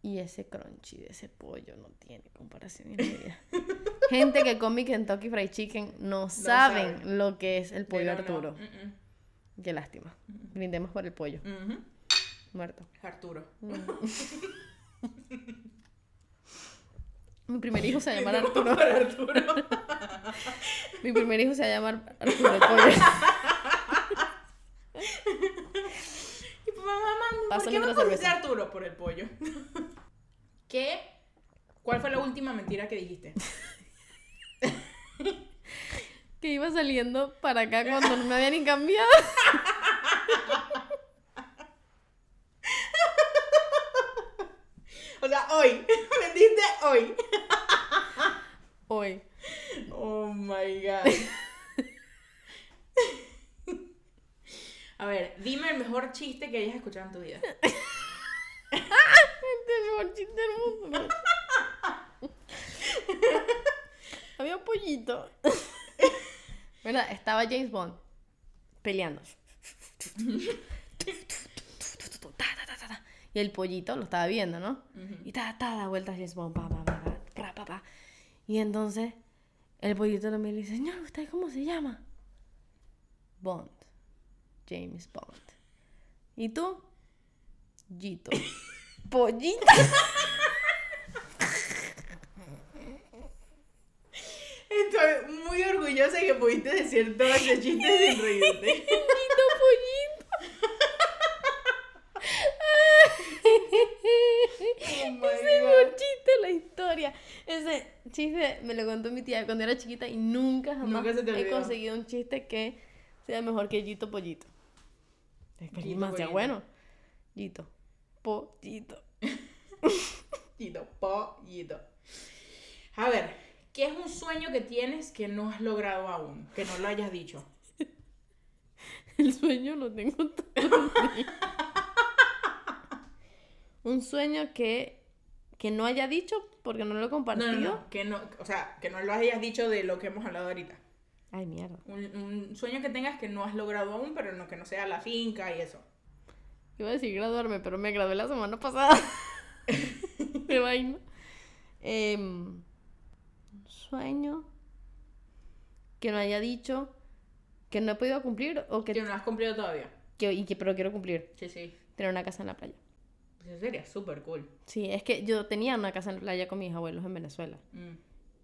Speaker 2: y ese crunchy de ese pollo no tiene comparación en mi vida. Gente que come Kentucky Fried Chicken no, saben,
Speaker 1: saben.
Speaker 2: lo que es el pollo
Speaker 1: Pero no,
Speaker 2: Arturo.
Speaker 1: mm, mm.
Speaker 2: Qué lástima. Brindemos por el pollo.
Speaker 1: Ujú.
Speaker 2: Muerto.
Speaker 1: Arturo.
Speaker 2: Mi primer hijo se va a llamar Arturo.
Speaker 1: Para Arturo.
Speaker 2: Mi primer hijo se va a llamar Arturo el Pollo.
Speaker 1: Y papá, mamá, ¿por
Speaker 2: Pásame
Speaker 1: qué me
Speaker 2: otra
Speaker 1: pusiste
Speaker 2: cerveza.
Speaker 1: Arturo por el pollo? ¿Qué? ¿Cuál fue la última mentira que dijiste?
Speaker 2: Que iba saliendo para acá cuando no me había ni cambiado.
Speaker 1: O sea, hoy. Mentiste hoy.
Speaker 2: Hoy.
Speaker 1: Oh my god. A ver, dime el mejor chiste que hayas escuchado en tu vida.
Speaker 2: Este es el mejor chiste del mundo. Había un pollito. Bueno, estaba James Bond peleando. Y el pollito lo estaba viendo, ¿no? Y ta, ta, da vueltas James Bond, pa, pa, pa, pa, cra, pa, pa. Y entonces el pollito lo mira y dice, señor, ¿usted cómo se llama? Bond. James Bond. ¿Y tú? Gito. Pollito.
Speaker 1: Estoy muy orgullosa que pudiste decir todo ese chiste sin reírte.
Speaker 2: Pollito, pollito.
Speaker 1: Oh my
Speaker 2: Ese es el mejor
Speaker 1: God.
Speaker 2: chiste de la historia. Ese chiste me lo contó mi tía cuando era chiquita y nunca jamás
Speaker 1: Nunca se te
Speaker 2: he
Speaker 1: olvidó.
Speaker 2: conseguido un chiste que sea mejor que Gito Pollito. Es que es
Speaker 1: Gito Pollito.
Speaker 2: demasiado bueno. Gito. Pollito.
Speaker 1: Pollito, pollito. A ver, ¿qué es un sueño que tienes que no has logrado aún? Que no lo hayas dicho.
Speaker 2: El sueño lo tengo todo. el día. un sueño que, que no haya dicho porque no lo he
Speaker 1: No,
Speaker 2: compartido.
Speaker 1: no, no, que no, o sea, que no lo hayas dicho de lo que hemos hablado ahorita.
Speaker 2: Ay, mierda.
Speaker 1: Un, un sueño que tengas que no has logrado aún, pero no que no sea la finca y eso.
Speaker 2: Iba a decir graduarme, pero me gradué la semana pasada. De vaina. Em, un sueño que no haya dicho que no he podido cumplir o que,
Speaker 1: Que no lo has cumplido todavía.
Speaker 2: que- y que pero quiero cumplir?
Speaker 1: Sí, sí.
Speaker 2: Tener una casa en la playa.
Speaker 1: Eso sería súper cool.
Speaker 2: Sí, es que yo tenía una casa en la playa con mis abuelos en Venezuela.
Speaker 1: Mm.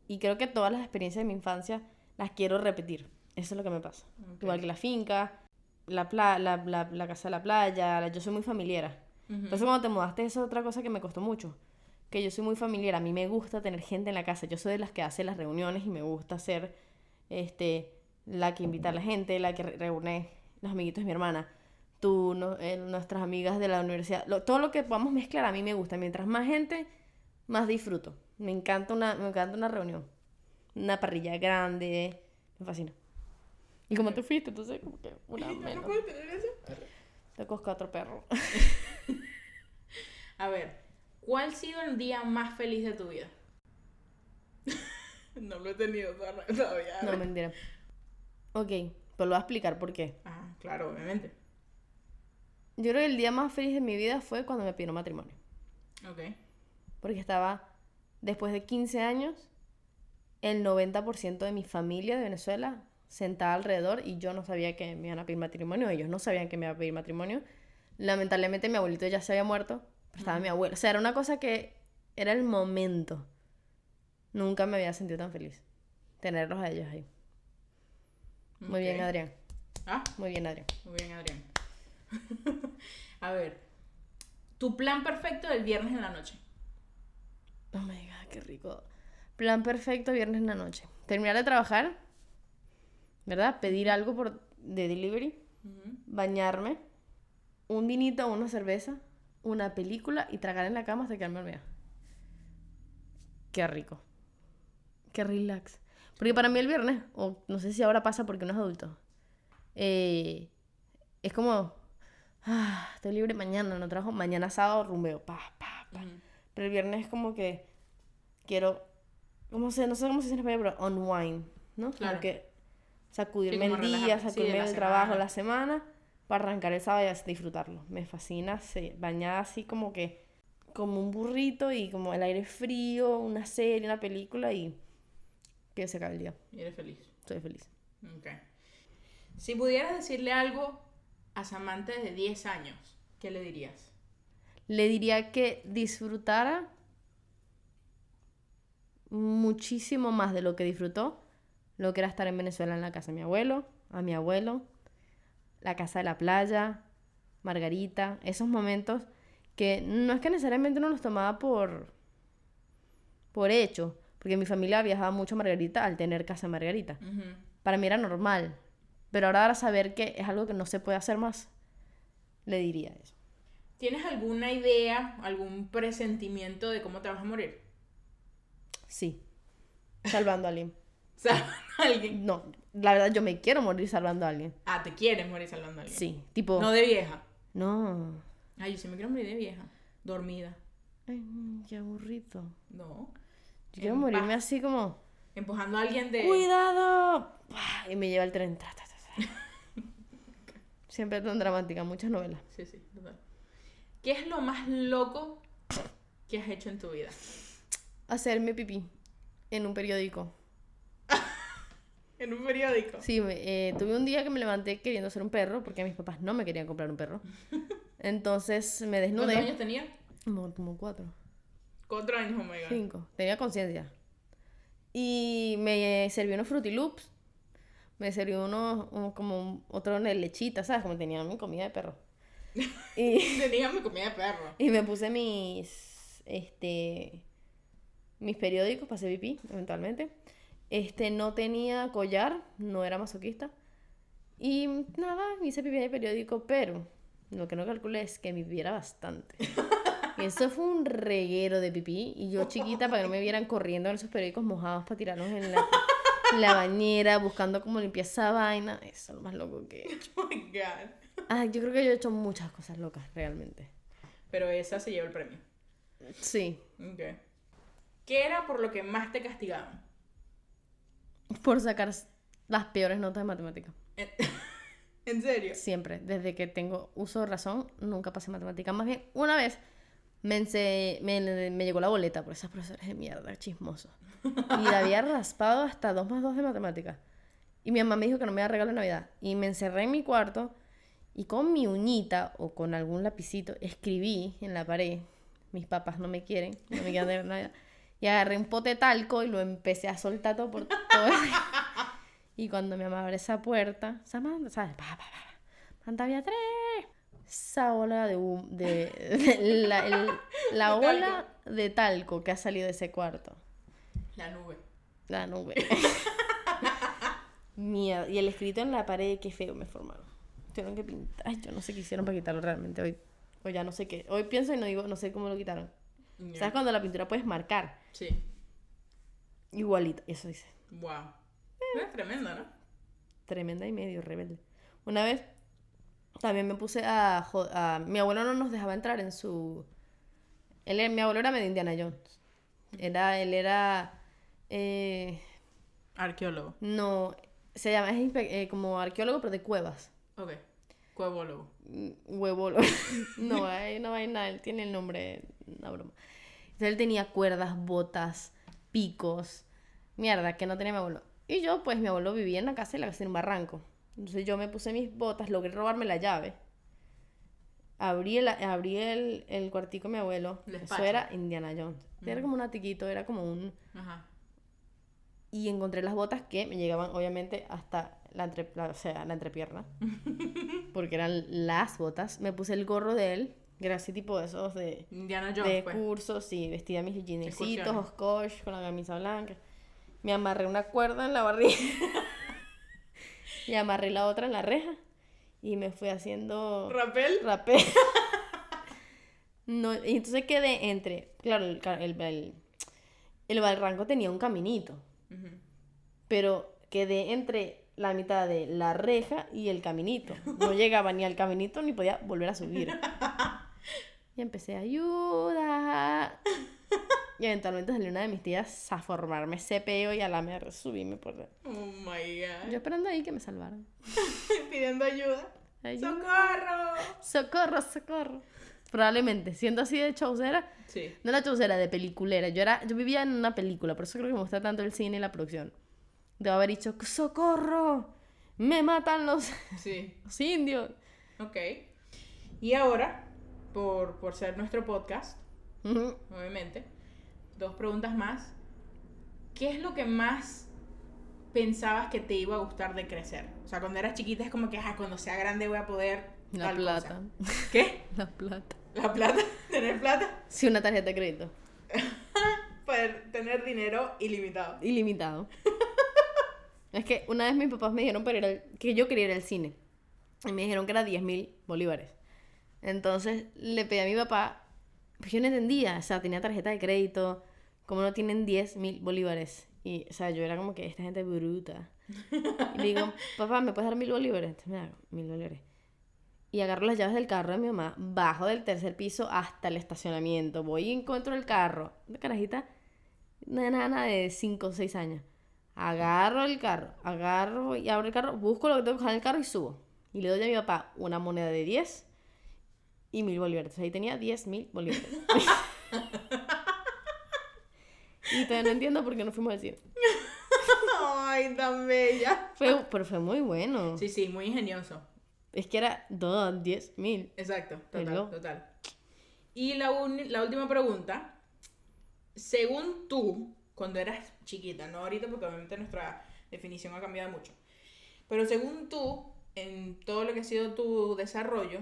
Speaker 2: Y creo que todas las experiencias de mi infancia las quiero repetir. Eso es lo que me pasa.
Speaker 1: Ok.
Speaker 2: Igual que la finca, la, pla- la, la- la casa de la playa, la- yo soy muy familiar.
Speaker 1: Ujú.
Speaker 2: Entonces cuando te mudaste eso es otra cosa que me costó mucho. Que yo soy muy familiar, a mí me gusta tener gente en la casa. Yo soy de las que hace las reuniones y me gusta ser este, la que invita a la gente, la que re- reúne los amiguitos de mi hermana, tú, no- eh, nuestras amigas de la universidad. Lo- todo lo que podamos mezclar a mí me gusta. Mientras más gente, más disfruto. Me encanta una, me encanta una reunión. Una parrilla grande, me fascina. Y como te fuiste, entonces como que una
Speaker 1: Ay, no, no
Speaker 2: menos.
Speaker 1: puedo tener eso.
Speaker 2: Tocó cuatro perros.
Speaker 1: A ver, ¿cuál ha sido el día más feliz de tu vida? no lo he tenido to- todavía.
Speaker 2: No, mentira. Ok, pero lo voy a explicar por qué.
Speaker 1: Ah, claro, obviamente.
Speaker 2: Yo creo que el día más feliz de mi vida fue cuando me pidieron matrimonio.
Speaker 1: Ok.
Speaker 2: Porque estaba, después de 15 años, el 90% de mi familia de Venezuela sentada alrededor y yo no sabía que me iban a pedir matrimonio, ellos no sabían que me iban a pedir matrimonio. Lamentablemente mi abuelito ya se había muerto, pero estaba mi abuelo. O sea, era una cosa que era el momento. Nunca me había sentido tan feliz tenerlos a ellos ahí. Muy bien,
Speaker 1: ok.
Speaker 2: Adrián.
Speaker 1: Ah,
Speaker 2: Muy bien, Adrián.
Speaker 1: muy bien, Adrián. a ver, tu plan perfecto del viernes en la noche.
Speaker 2: No me digas, qué rico. Plan perfecto viernes en la noche. Terminar de trabajar, ¿verdad? Pedir algo por, de delivery,
Speaker 1: Ujú.
Speaker 2: bañarme, un vinito, una cerveza, una película y tragar en la cama hasta quedarme dormida. Qué rico. Qué relax. Porque para mí el viernes, o no sé si ahora pasa porque uno es adulto, eh, es como, ah, estoy libre mañana, no trabajo, mañana sábado rumbeo, pa, pa, pa.
Speaker 1: Ujú.
Speaker 2: Pero el viernes es como que quiero, como sé, no sé cómo se dice en español, pero unwind, ¿no?
Speaker 1: Claro.
Speaker 2: Como que sacudirme
Speaker 1: Sí, como
Speaker 2: el día,
Speaker 1: relajar- sí, de
Speaker 2: sacudirme
Speaker 1: la
Speaker 2: el
Speaker 1: semana.
Speaker 2: trabajo, la semana, para arrancar el sábado y así disfrutarlo. Me fascina se- bañada así como que, como un burrito y como el aire frío, una serie, una película y que se acabe el día.
Speaker 1: Y eres feliz.
Speaker 2: Estoy feliz.
Speaker 1: Ok. Si pudieras decirle algo a Samantha de 10 años, ¿qué le dirías?
Speaker 2: Le diría que disfrutara muchísimo más de lo que disfrutó, lo que era estar en Venezuela en la casa de mi abuelo, a mi abuelo, la casa de la playa, Margarita, esos momentos que no es que necesariamente uno los tomaba por, por hecho, porque mi familia viajaba mucho a Margarita al tener casa en Margarita.
Speaker 1: Ujú.
Speaker 2: Para mí era normal, pero ahora saber que es algo que no se puede hacer más, le diría eso.
Speaker 1: ¿Tienes alguna idea, algún presentimiento de cómo te vas a morir?
Speaker 2: Sí, salvando a alguien.
Speaker 1: O sea, alguien.
Speaker 2: No, la verdad yo me quiero morir salvando a alguien.
Speaker 1: Ah, te quieres morir salvando a alguien.
Speaker 2: Sí, tipo...
Speaker 1: No de vieja.
Speaker 2: No.
Speaker 1: Ay, yo sí me quiero morir de vieja. Dormida.
Speaker 2: Ay, mm, qué aburrido.
Speaker 1: No.
Speaker 2: Yo quiero
Speaker 1: En
Speaker 2: morirme
Speaker 1: paz.
Speaker 2: así como...
Speaker 1: Empujando a alguien de.
Speaker 2: ¡Cuidado! ¡Pah! Y me lleva el tren. tra, tra, tra, tra. Siempre tan dramática, muchas novelas.
Speaker 1: Sí, sí, total. ¿Qué es lo más loco que has hecho en tu vida?
Speaker 2: Hacerme pipí en un periódico.
Speaker 1: En un periódico.
Speaker 2: Sí, me- eh, tuve un día que me levanté queriendo ser un perro porque mis papás no me querían comprar un perro. Entonces me
Speaker 1: ¿Cuántos años
Speaker 2: desnudé.
Speaker 1: tenía?
Speaker 2: No, como cuatro.
Speaker 1: Cuatro años, oh my god.
Speaker 2: Cinco. Tenía conciencia. Y me serví unos Fruity Loops. Me serví unos, un- como un- otro de lechita, ¿sabes? Como tenía mi comida de perro. Y,
Speaker 1: Tenía mi comida de perro.
Speaker 2: y me puse mis, este, mis periódicos para hacer pipí, eventualmente. Este, no tenía collar, no era masoquista. Y nada, hice pipí en el periódico, pero lo que no calculé es que me pipí era bastante. Y eso fue un reguero de pipí. Y yo chiquita, para que no me vieran corriendo en esos periódicos mojados para tirarlos en la, en la bañera, buscando cómo limpiar esa vaina. Eso es lo más loco que he hecho.
Speaker 1: Oh my god.
Speaker 2: Ah, yo creo que yo he hecho muchas cosas locas, realmente.
Speaker 1: Pero esa se lleva el premio.
Speaker 2: Sí,
Speaker 1: Ok. ¿Qué era por lo que más te castigaban?
Speaker 2: por sacar las peores notas de matemáticas.
Speaker 1: En, ¿En serio.
Speaker 2: Siempre, desde que tengo uso de razón, nunca pasé matemática. Más bien, una vez me, ense- me, me llegó la boleta por esas profesores de mierda, chismosos. Y la había raspado hasta 2 más 2 de matemáticas. Y mi mamá me dijo que no me iba a regalo de Navidad. Y me encerré en mi cuarto y con mi uñita o con algún lapicito escribí en la pared, mis papás no me quieren, no me quieren de Navidad. Y agarré un pote de talco y lo empecé a soltar todo por todo. Y cuando mi mamá abre esa puerta, Samantha, ¿sabes? Pa, pa, pa, pa. Samantha había tres. Esa ola de, hum- de, de- la, el- la
Speaker 1: De talco.
Speaker 2: ola de talco que ha salido de ese cuarto.
Speaker 1: La nube.
Speaker 2: La nube. Mierda. Y el escrito en la pared, qué feo me formaron. Tuvieron que pintar. Ay, yo no sé qué hicieron para quitarlo realmente hoy. O ya no sé qué. Hoy pienso y no digo, no sé cómo lo quitaron. ¿Sabes cuando la pintura puedes marcar?
Speaker 1: Sí.
Speaker 2: Igualito. Eso dice.
Speaker 1: Wow. Eh, Es tremendo, ¿no?
Speaker 2: Tremenda y medio rebelde. Una vez también me puse a, jo- a- Mi abuelo no nos dejaba entrar en su... Él, era- mi abuelo era medio Indiana Jones. Era, él era... eh,
Speaker 1: Arqueólogo.
Speaker 2: no, se llama, es inspe- eh, como arqueólogo pero de cuevas.
Speaker 1: Ok. Cuevólogo.
Speaker 2: Mm, huevolo. no, hay una vaina, él tiene el nombre, una broma. Entonces él tenía cuerdas, botas, picos, mierda, que no tenía mi abuelo. Y yo, pues mi abuelo vivía en la casa y la casa era un barranco. Entonces yo me puse mis botas, logré robarme la llave. Abrí el, abrí el, el cuartico de mi abuelo.
Speaker 1: El
Speaker 2: Eso
Speaker 1: despacho. Mm.
Speaker 2: era Indiana Jones. Era como un atiquito, era como un...
Speaker 1: Ajá.
Speaker 2: Y encontré las botas que me llegaban, obviamente, hasta la, entre, la- o sea, la entrepierna. porque eran las botas. Me puse el gorro de él, que era así tipo de esos de,
Speaker 1: Indiana
Speaker 2: de
Speaker 1: Jones, pues.
Speaker 2: cursos. Y vestía mis jeansitos,
Speaker 1: Excursiones.
Speaker 2: oscosh, con la camisa blanca. Me amarré una cuerda en la barriga. y amarré la otra en la reja. Y me fui haciendo
Speaker 1: Rapel.
Speaker 2: rapé. no, y entonces quedé entre. Claro, el, ca- el, el, el barranco tenía un caminito,
Speaker 1: Ujú.
Speaker 2: pero quedé entre la mitad de la reja y el caminito. No llegaba ni al caminito ni podía volver a subir. Y empecé, ayuda. Y eventualmente salió una de mis tías a formarme ese peo y a la mer subirme por. la-
Speaker 1: Oh my god.
Speaker 2: Yo esperando ahí que me salvaran.
Speaker 1: Pidiendo ayuda.
Speaker 2: Ayuda.
Speaker 1: ¡Socorro!
Speaker 2: Socorro, socorro. Probablemente, siendo así de chaucera,
Speaker 1: Sí.
Speaker 2: no era chaucera, de peliculera. Yo, era, yo vivía en una película, por eso creo que me gusta tanto el cine y la producción. Debo haber dicho, socorro, me matan los,
Speaker 1: Sí.
Speaker 2: los indios.
Speaker 1: Ok. Y ahora, por, por ser nuestro podcast,
Speaker 2: Ujú.
Speaker 1: obviamente, dos preguntas más. ¿Qué es lo que más pensabas que te iba a gustar de crecer? O sea, cuando eras chiquita es como que, ah, cuando sea grande voy a poder...
Speaker 2: La
Speaker 1: tal
Speaker 2: plata,
Speaker 1: cosa". ¿Qué?
Speaker 2: la plata.
Speaker 1: ¿La plata? ¿Tener plata?
Speaker 2: Sí, una tarjeta de crédito,
Speaker 1: Poder tener dinero ilimitado.
Speaker 2: ilimitado. es que una vez mis papás me dijeron para ir al- que yo quería ir al cine. Y me dijeron que era 10 mil bolívares. Entonces le pedí a mi papá, pues yo no entendía, o sea, tenía tarjeta de crédito, como no tienen 10 mil bolívares. Y, o sea, yo era como que esta gente es bruta. Y le digo, papá, ¿me puedes dar mil bolívares? Entonces me da mil bolívares. Y agarro las llaves del carro de mi mamá, bajo del tercer piso hasta el estacionamiento, voy y encuentro el carro. Una carajita, una nana de 5 o 6 años. Agarro el carro, agarro y abro el carro, busco lo que tengo que coger el carro y subo. Y le doy a mi papá una moneda de 10 y mil bolívares. Entonces, ahí tenía 10 mil bolívares. y todavía no entiendo por qué no fuimos al cine.
Speaker 1: Ay, tan bella.
Speaker 2: Fue, pero fue muy bueno.
Speaker 1: Sí, sí, muy ingenioso.
Speaker 2: Es que era dos, 10 mil.
Speaker 1: Exacto, total,
Speaker 2: Hello.
Speaker 1: total. Y la, uni- la última pregunta. Según tú, cuando eras chiquita, no ahorita porque obviamente nuestra definición ha cambiado mucho, pero según tú, en todo lo que ha sido tu desarrollo,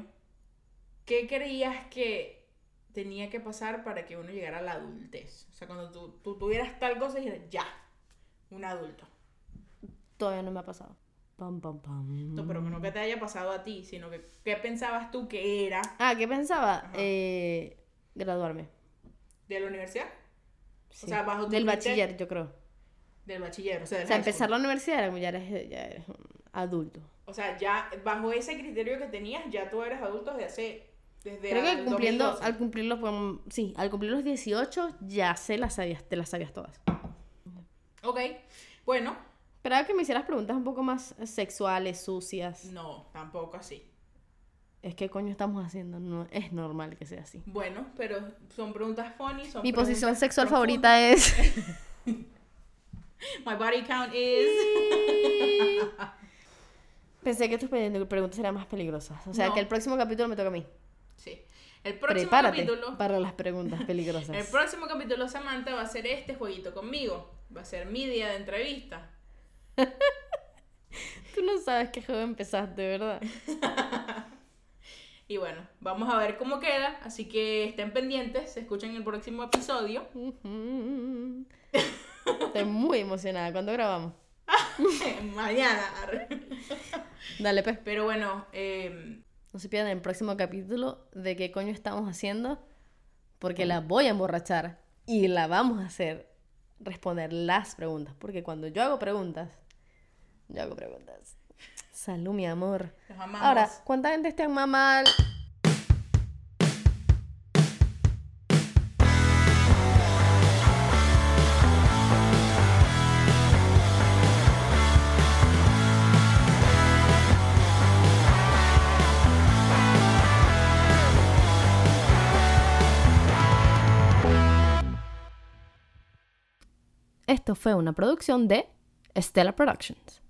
Speaker 1: ¿qué creías que tenía que pasar para que uno llegara a la adultez? O sea, cuando tú, tú tuvieras tal cosa y dijeras, ya, un adulto.
Speaker 2: Todavía no me ha pasado. Pam, pam, pam.
Speaker 1: No, pero no que te haya pasado a ti, sino que qué pensabas tú que era
Speaker 2: Ah, ¿qué pensaba?
Speaker 1: Ajá.
Speaker 2: Eh, graduarme.
Speaker 1: de la universidad,
Speaker 2: Sí.
Speaker 1: sea, bajo tu
Speaker 2: Del
Speaker 1: criterio-
Speaker 2: bachiller, yo creo.
Speaker 1: del bachiller. O sea, del high
Speaker 2: O sea,
Speaker 1: school.
Speaker 2: empezar la universidad era como ya eres, ya eres un adulto.
Speaker 1: O sea, ya bajo ese criterio que tenías, ya tú eres adulto desde hace. Desde
Speaker 2: Creo que
Speaker 1: al
Speaker 2: al cumpliendo,
Speaker 1: 2012.
Speaker 2: al cumplir los, mm, sí, al cumplir los 18 ya se las sabías, te las sabías todas.
Speaker 1: Ok. Bueno,
Speaker 2: Esperaba que me hicieras preguntas un poco más sexuales, sucias.
Speaker 1: no, tampoco así.
Speaker 2: es que coño estamos haciendo, no es normal que sea así.
Speaker 1: Bueno, pero son preguntas funny. Son
Speaker 2: Mi
Speaker 1: preguntas
Speaker 2: posición sexual
Speaker 1: profundas.
Speaker 2: favorita es...
Speaker 1: My body count is.
Speaker 2: Pensé que tus pe- preguntas eran más peligrosas. O sea,
Speaker 1: No.
Speaker 2: que el próximo capítulo me toca a mí.
Speaker 1: Sí. El próximo
Speaker 2: Prepárate
Speaker 1: capítulo.
Speaker 2: para las preguntas peligrosas.
Speaker 1: El próximo capítulo, Samantha, va a ser este jueguito conmigo. Va a ser mi día de entrevista.
Speaker 2: Tú no sabes qué juego empezaste, ¿verdad?
Speaker 1: Y bueno, vamos a ver cómo queda. Así que estén pendientes, escuchen el próximo episodio.
Speaker 2: Ujú. Estoy muy emocionada. ¿Cuándo grabamos?
Speaker 1: Mañana. arre.
Speaker 2: Dale, pues.
Speaker 1: Pero bueno, eh,
Speaker 2: No se pierdan el próximo capítulo de qué coño estamos haciendo, porque la voy a emborrachar y la vamos a hacer responder las preguntas, porque cuando yo hago preguntas, yo hago preguntas. Salud, mi amor.
Speaker 1: los amamos.
Speaker 2: Ahora, ¿cuánta gente está en mamal? Esto fue una producción de Stella Productions.